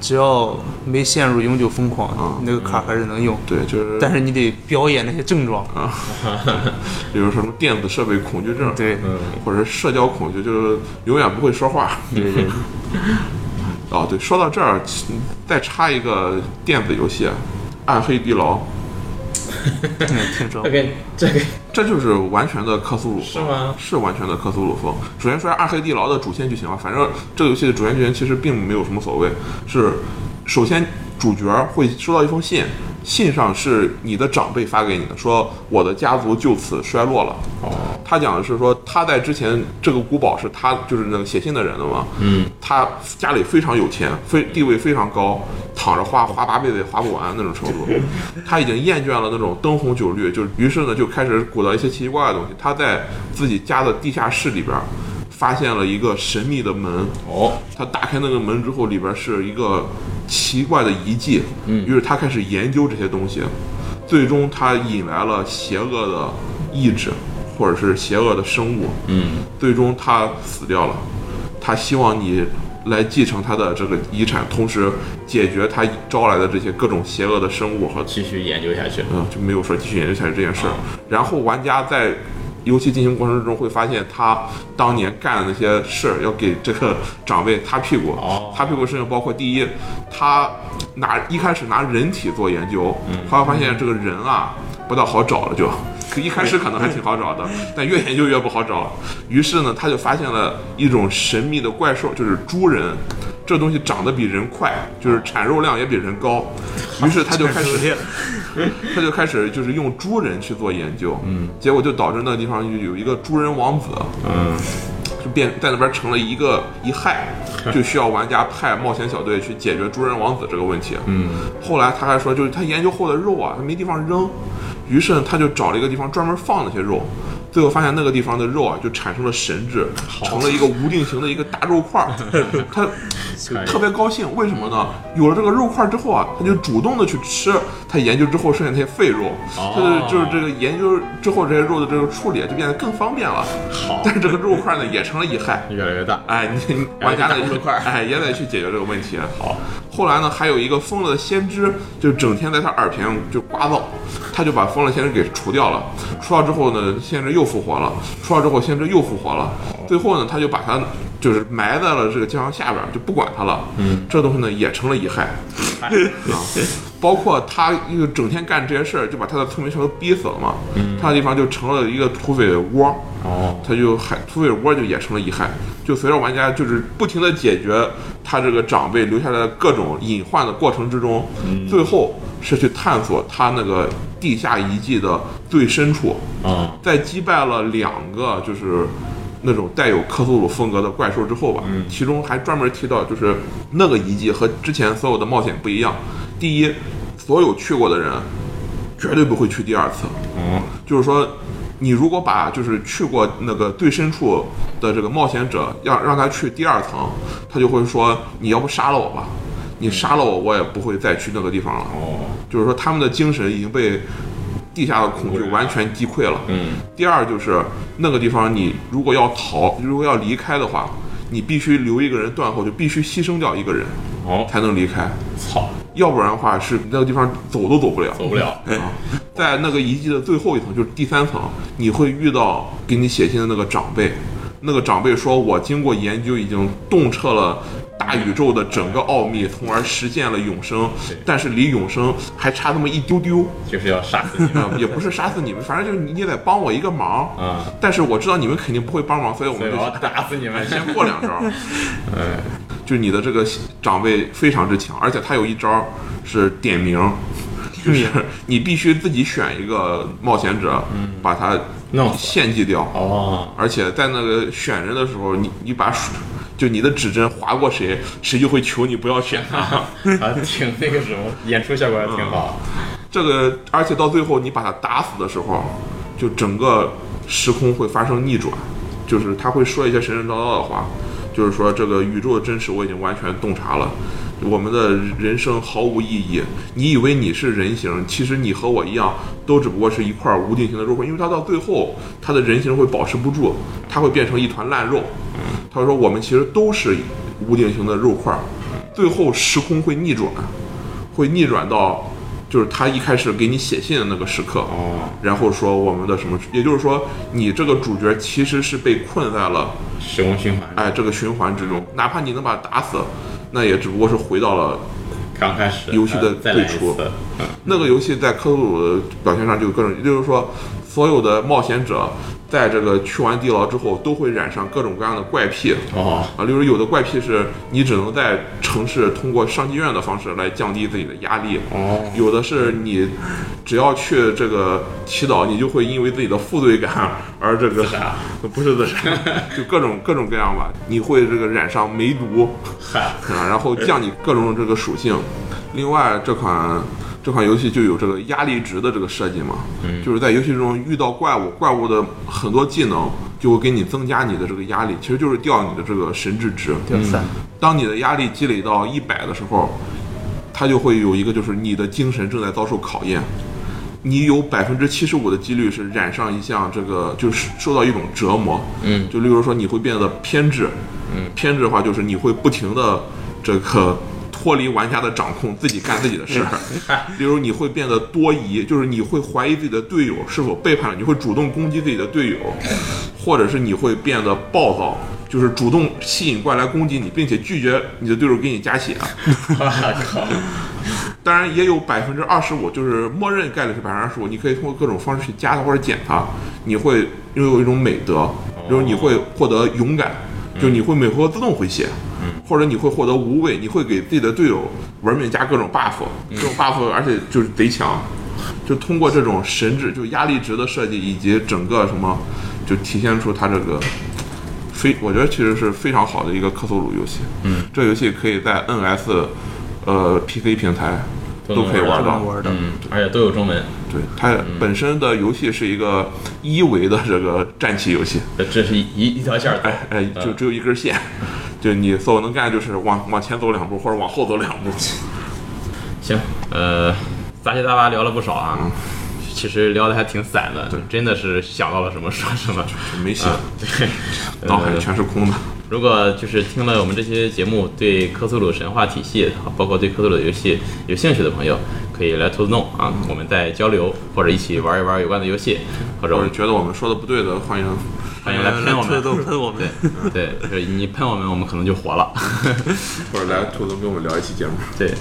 [SPEAKER 3] 只要没陷入永久疯狂，
[SPEAKER 2] 啊
[SPEAKER 3] 那个卡还是能用。
[SPEAKER 2] 对，就是
[SPEAKER 3] 但是你得表演那些症状，
[SPEAKER 2] 嗯比如说什么电子设备恐惧症，，
[SPEAKER 3] 对
[SPEAKER 2] 或者是社交恐惧，就是永远不会说话。
[SPEAKER 3] 对对，
[SPEAKER 2] 哦，对，说到这儿，其再插一个电子游戏，《暗黑地牢》，
[SPEAKER 3] 嗯 听说
[SPEAKER 4] 这个这个
[SPEAKER 2] 这就是完全的克苏鲁风，
[SPEAKER 4] 是吗
[SPEAKER 2] 是完全的克苏鲁风。首先说下《暗黑地牢》的主线剧情啊，反正这个游戏的主线剧情其实并没有什么所谓，是首先主角会收到一封信，信上是你的长辈发给你的，说我的家族就此衰落了。
[SPEAKER 4] 哦，
[SPEAKER 2] 他讲的是说他在之前这个古堡是他就是那个写信的人的嘛，
[SPEAKER 4] 嗯，
[SPEAKER 2] 他家里非常有钱，非地位非常高，躺着花花八辈子也花不完那种程度。他已经厌倦了那种灯红酒绿，就于是呢就开始鼓捣一些奇奇怪怪的东西。他在自己家的地下室里边儿发现了一个神秘的门，
[SPEAKER 4] 哦，
[SPEAKER 2] 他打开那个门之后，里边是一个奇怪的遗迹。嗯，于是他开始研究这些东西，最终他引来了邪恶的意志，或者是邪恶的生物。
[SPEAKER 4] 嗯，
[SPEAKER 2] 最终他死掉了，他希望你来继承他的这个遗产，同时解决他招来的这些各种邪恶的生物和
[SPEAKER 4] 继续研究下去，
[SPEAKER 2] 嗯，就没有说继续研究下去这件事儿。然后玩家在游戏进行过程之中会发现，他当年干的那些事儿要给这个长辈擦屁股。
[SPEAKER 4] 哦
[SPEAKER 2] 擦屁股的事情包括第一，他拿一开始拿人体做研究，后来发现这个人啊不大好找了就。就一开始可能还挺好找的，但越研究越不好找。于是呢，他就发现了一种神秘的怪兽，就是猪人。这东西长得比人快，就是产肉量也比人高。于是他就开始他就开始就是用猪人去做研究，嗯，结果就导致那个地方就有一个猪人王子，
[SPEAKER 4] 嗯，
[SPEAKER 2] 就变在那边成了一个一 害，就需要玩家派冒险小队去解决猪人王子这个问题。嗯，后来他还说，就是他研究后的肉啊，他没地方扔，于是他就找了一个地方专门放那些肉。最后发现那个地方的肉啊，就产生了神智，成了一个无定型的一个大 肉块儿。他特别高兴，为什么呢？有了这个肉块之后啊，他就主动的去吃他研究之后剩下那些废肉，
[SPEAKER 4] 哦
[SPEAKER 2] 他就就是这个研究之后这些肉的这个处理就变得更方便了。
[SPEAKER 4] 好
[SPEAKER 2] 但，是这个肉块呢也成了一害，
[SPEAKER 4] 越来越大，
[SPEAKER 2] 哎，你你玩
[SPEAKER 4] 哎
[SPEAKER 2] 家得
[SPEAKER 4] 打不出块儿
[SPEAKER 2] 哎也得去解决这个问题。啊好，后来呢，还有一个疯了的先知，就整天在他耳边就刮噪，他就把疯了先知给除掉了。除掉之后呢，先知又复活了，除掉之后先知又复活了，最后呢，他就把他就是埋在了这个江洋下边儿，就不管他了。嗯，这东西呢也成了遗害。 啊，包括他又整天干这些事儿，就把他的村民全都逼死了嘛。他的地方就成了一个土匪窝。
[SPEAKER 4] 哦，
[SPEAKER 2] 他就海土匪窝就也成了遗憾，就随着玩家就是不停的解决他这个长辈留下来的各种隐患的过程之中，最后是去探索他那个地下遗迹的最深处，
[SPEAKER 4] 啊，
[SPEAKER 2] 在击败了两个就是那种带有克苏鲁风格的怪兽之后吧，其中还专门提到，就是那个遗迹和之前所有的冒险不一样。第一，所有去过的人绝对不会去第二次。
[SPEAKER 4] 嗯，
[SPEAKER 2] 就是说，你如果把就是去过那个最深处的这个冒险者，要让他去第二层，他就会说：“你要不杀了我吧？你杀了我，我也不会再去那个地方了。”
[SPEAKER 4] 哦，
[SPEAKER 2] 就是说他们的精神已经被地下的恐惧完全击溃了。
[SPEAKER 4] 嗯，
[SPEAKER 2] 第二就是那个地方，你如果要逃，如果要离开的话，你必须留一个人断后，就必须牺牲掉一个人。
[SPEAKER 1] 哦，
[SPEAKER 2] 才能离开，
[SPEAKER 1] 操，
[SPEAKER 2] 要不然的话是那个地方走都走不了。
[SPEAKER 1] 走不 了。
[SPEAKER 2] 哎，在那个遗迹的最后一层，就是第三层，你会遇到给你写信的那个长辈。那个长辈说：“我经过研究，已经洞彻了大宇宙的整个奥秘，从而实现了永生
[SPEAKER 1] 对。
[SPEAKER 2] 但是离永生还差那么一丢 丢。
[SPEAKER 1] 就是要杀死你们
[SPEAKER 2] 嗯也不是杀死你们，反正就是你也得帮我一个忙。
[SPEAKER 1] 嗯
[SPEAKER 2] 但是我知道你们肯定不会帮忙，所以我
[SPEAKER 1] 所
[SPEAKER 2] 们
[SPEAKER 1] 以
[SPEAKER 2] 就
[SPEAKER 1] 我要打死你们。
[SPEAKER 2] 先过两招。哎就是你的这个长辈非常之强，而且他有一招是点名，就是你必须自己选一个冒险者，把他
[SPEAKER 1] 嗯弄死
[SPEAKER 2] 献祭掉。
[SPEAKER 1] 哦，
[SPEAKER 2] 而且在那个选人的时候，你你把手就你的指针划过谁，谁就会求你不要选他。
[SPEAKER 1] 啊，挺那个什么，演出效果还挺好。
[SPEAKER 2] 这个，而且到最后你把他打死的时候，就整个时空会发生逆转，就是他会说一些神神叨叨的话，就是说这个宇宙的真实我已经完全洞察了，我们的人生毫无意义。你以为你是人形，其实你和我一样，都只不过是一块无定型的肉块，因为他到最后他的人形会保持不住，他会变成一团烂肉。他说我们其实都是无定型的肉块，最后时空会逆转。会逆转到，就是他一开始给你写信的那个时刻，
[SPEAKER 1] 哦，
[SPEAKER 2] 然后说我们的什么，也就是说你这个主角其实是被困在了
[SPEAKER 1] 时空循环，
[SPEAKER 2] 哎这个循环之中，哪怕你能把他打死，那也只不过是回到了
[SPEAKER 1] 刚开始
[SPEAKER 2] 游戏的
[SPEAKER 1] 呃再来一
[SPEAKER 2] 最初
[SPEAKER 1] 次，嗯
[SPEAKER 2] 那个游戏在科鲁鲁的表现上就有各种，也就是说所有的冒险者在这个去完地牢之后都会染上各种各样的怪癖。
[SPEAKER 1] 哦，
[SPEAKER 2] 啊，例如有的怪癖是你只能在城市通过上妓院的方式来降低自己的压力，
[SPEAKER 1] 哦，
[SPEAKER 2] 有的是你只要去这个祈祷，你就会因为自己的负罪感而这个
[SPEAKER 1] 杀
[SPEAKER 2] 不是自杀，就各种各种各样吧，你会这个染上梅毒
[SPEAKER 1] 嗨，
[SPEAKER 2] 啊，然后降你各种这个属性。另外这款。这款游戏就有这个压力值的这个设计嘛，就是在游戏中遇到怪物，怪物的很多技能就会给你增加你的这个压力，其实就是掉你的这个神智值。
[SPEAKER 1] 嗯
[SPEAKER 3] 掉散。
[SPEAKER 2] 当你的压力积累到一百的时候，它就会有一个就是你的精神正在遭受考验，你有百分之七十五的几率是染上一项这个就是受到一种折磨，
[SPEAKER 1] 嗯，
[SPEAKER 2] 就例如说你会变得偏执，嗯，偏执的话就是你会不停的这个。脱离玩家的掌控，自己干自己的事儿。 例如，你会变得多疑，就是你会怀疑自己的队友是否背叛了，你会主动攻击自己的队友，或者是你会变得暴躁，就是主动吸引怪来攻击你，并且拒绝你的队友给你加血。
[SPEAKER 1] 我
[SPEAKER 2] 当然也有百分之二十五，就是默认概率是百分之二十五，你可以通过各种方式去加它或者减它，你会拥有一种美德，就是你会获得勇敢，就你会每回合自动回血，或者你会获得无畏，你会给自己的队友玩命加各种 buff，这种 buff 而且就是贼强，就通过这种神智就压力值的设计以及整个什么，就体现出它这个。非我觉得其实是非常好的一个克苏鲁游戏，嗯，这游戏可以在 NS，呃 PC 平台
[SPEAKER 1] 都
[SPEAKER 2] 都
[SPEAKER 1] 能
[SPEAKER 2] 可以
[SPEAKER 1] 玩
[SPEAKER 2] 玩
[SPEAKER 3] 这
[SPEAKER 2] 到
[SPEAKER 3] 么。玩的，
[SPEAKER 1] 嗯，而且都有中文，
[SPEAKER 2] 对，它本身的游戏是一个一维的这个战棋游戏，
[SPEAKER 1] 这这是一一条线儿走。
[SPEAKER 2] 哎哎，就
[SPEAKER 1] 嗯
[SPEAKER 2] 只有一根线，就你所有能干的就是往往前走两步或者往后走两步。
[SPEAKER 1] 行，呃，杂七杂八聊了不少啊，
[SPEAKER 2] 嗯
[SPEAKER 1] 其实聊的还挺散的，真的是想到了什么说什么。
[SPEAKER 2] 没戏，
[SPEAKER 1] 啊，对，
[SPEAKER 2] 脑海
[SPEAKER 1] 呃
[SPEAKER 2] 全是空的。
[SPEAKER 1] 如果就是听了我们这些节目，对科苏鲁神话体系，包括对科苏鲁的游戏有兴趣的朋友，可以来兔子洞啊，我们再交流，或者一起玩一玩有关的游戏，或者
[SPEAKER 2] 或
[SPEAKER 1] 我
[SPEAKER 2] 者
[SPEAKER 1] 们
[SPEAKER 2] 觉得我们说的不对的，欢迎
[SPEAKER 1] 欢迎来喷 我
[SPEAKER 3] 这
[SPEAKER 1] 们。
[SPEAKER 3] 都喷我们。
[SPEAKER 1] 对，就是你喷我们，我们可能就火了。
[SPEAKER 2] 或者来兔子跟我们聊一期节目。
[SPEAKER 1] 对，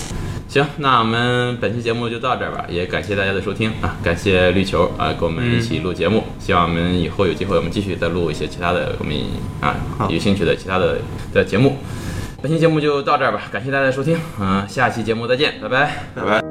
[SPEAKER 1] 行，那我们本期节目就到这儿吧，也感谢大家的收听啊，感谢绿球啊，跟我们一起录节目，希望我们以后有机会我们继续再录一些其他的我们啊
[SPEAKER 3] 好
[SPEAKER 1] 有兴趣的其他的的节目。本期节目就到这儿吧，感谢大家的收听，嗯、下期节目再见，拜拜。
[SPEAKER 2] 拜拜。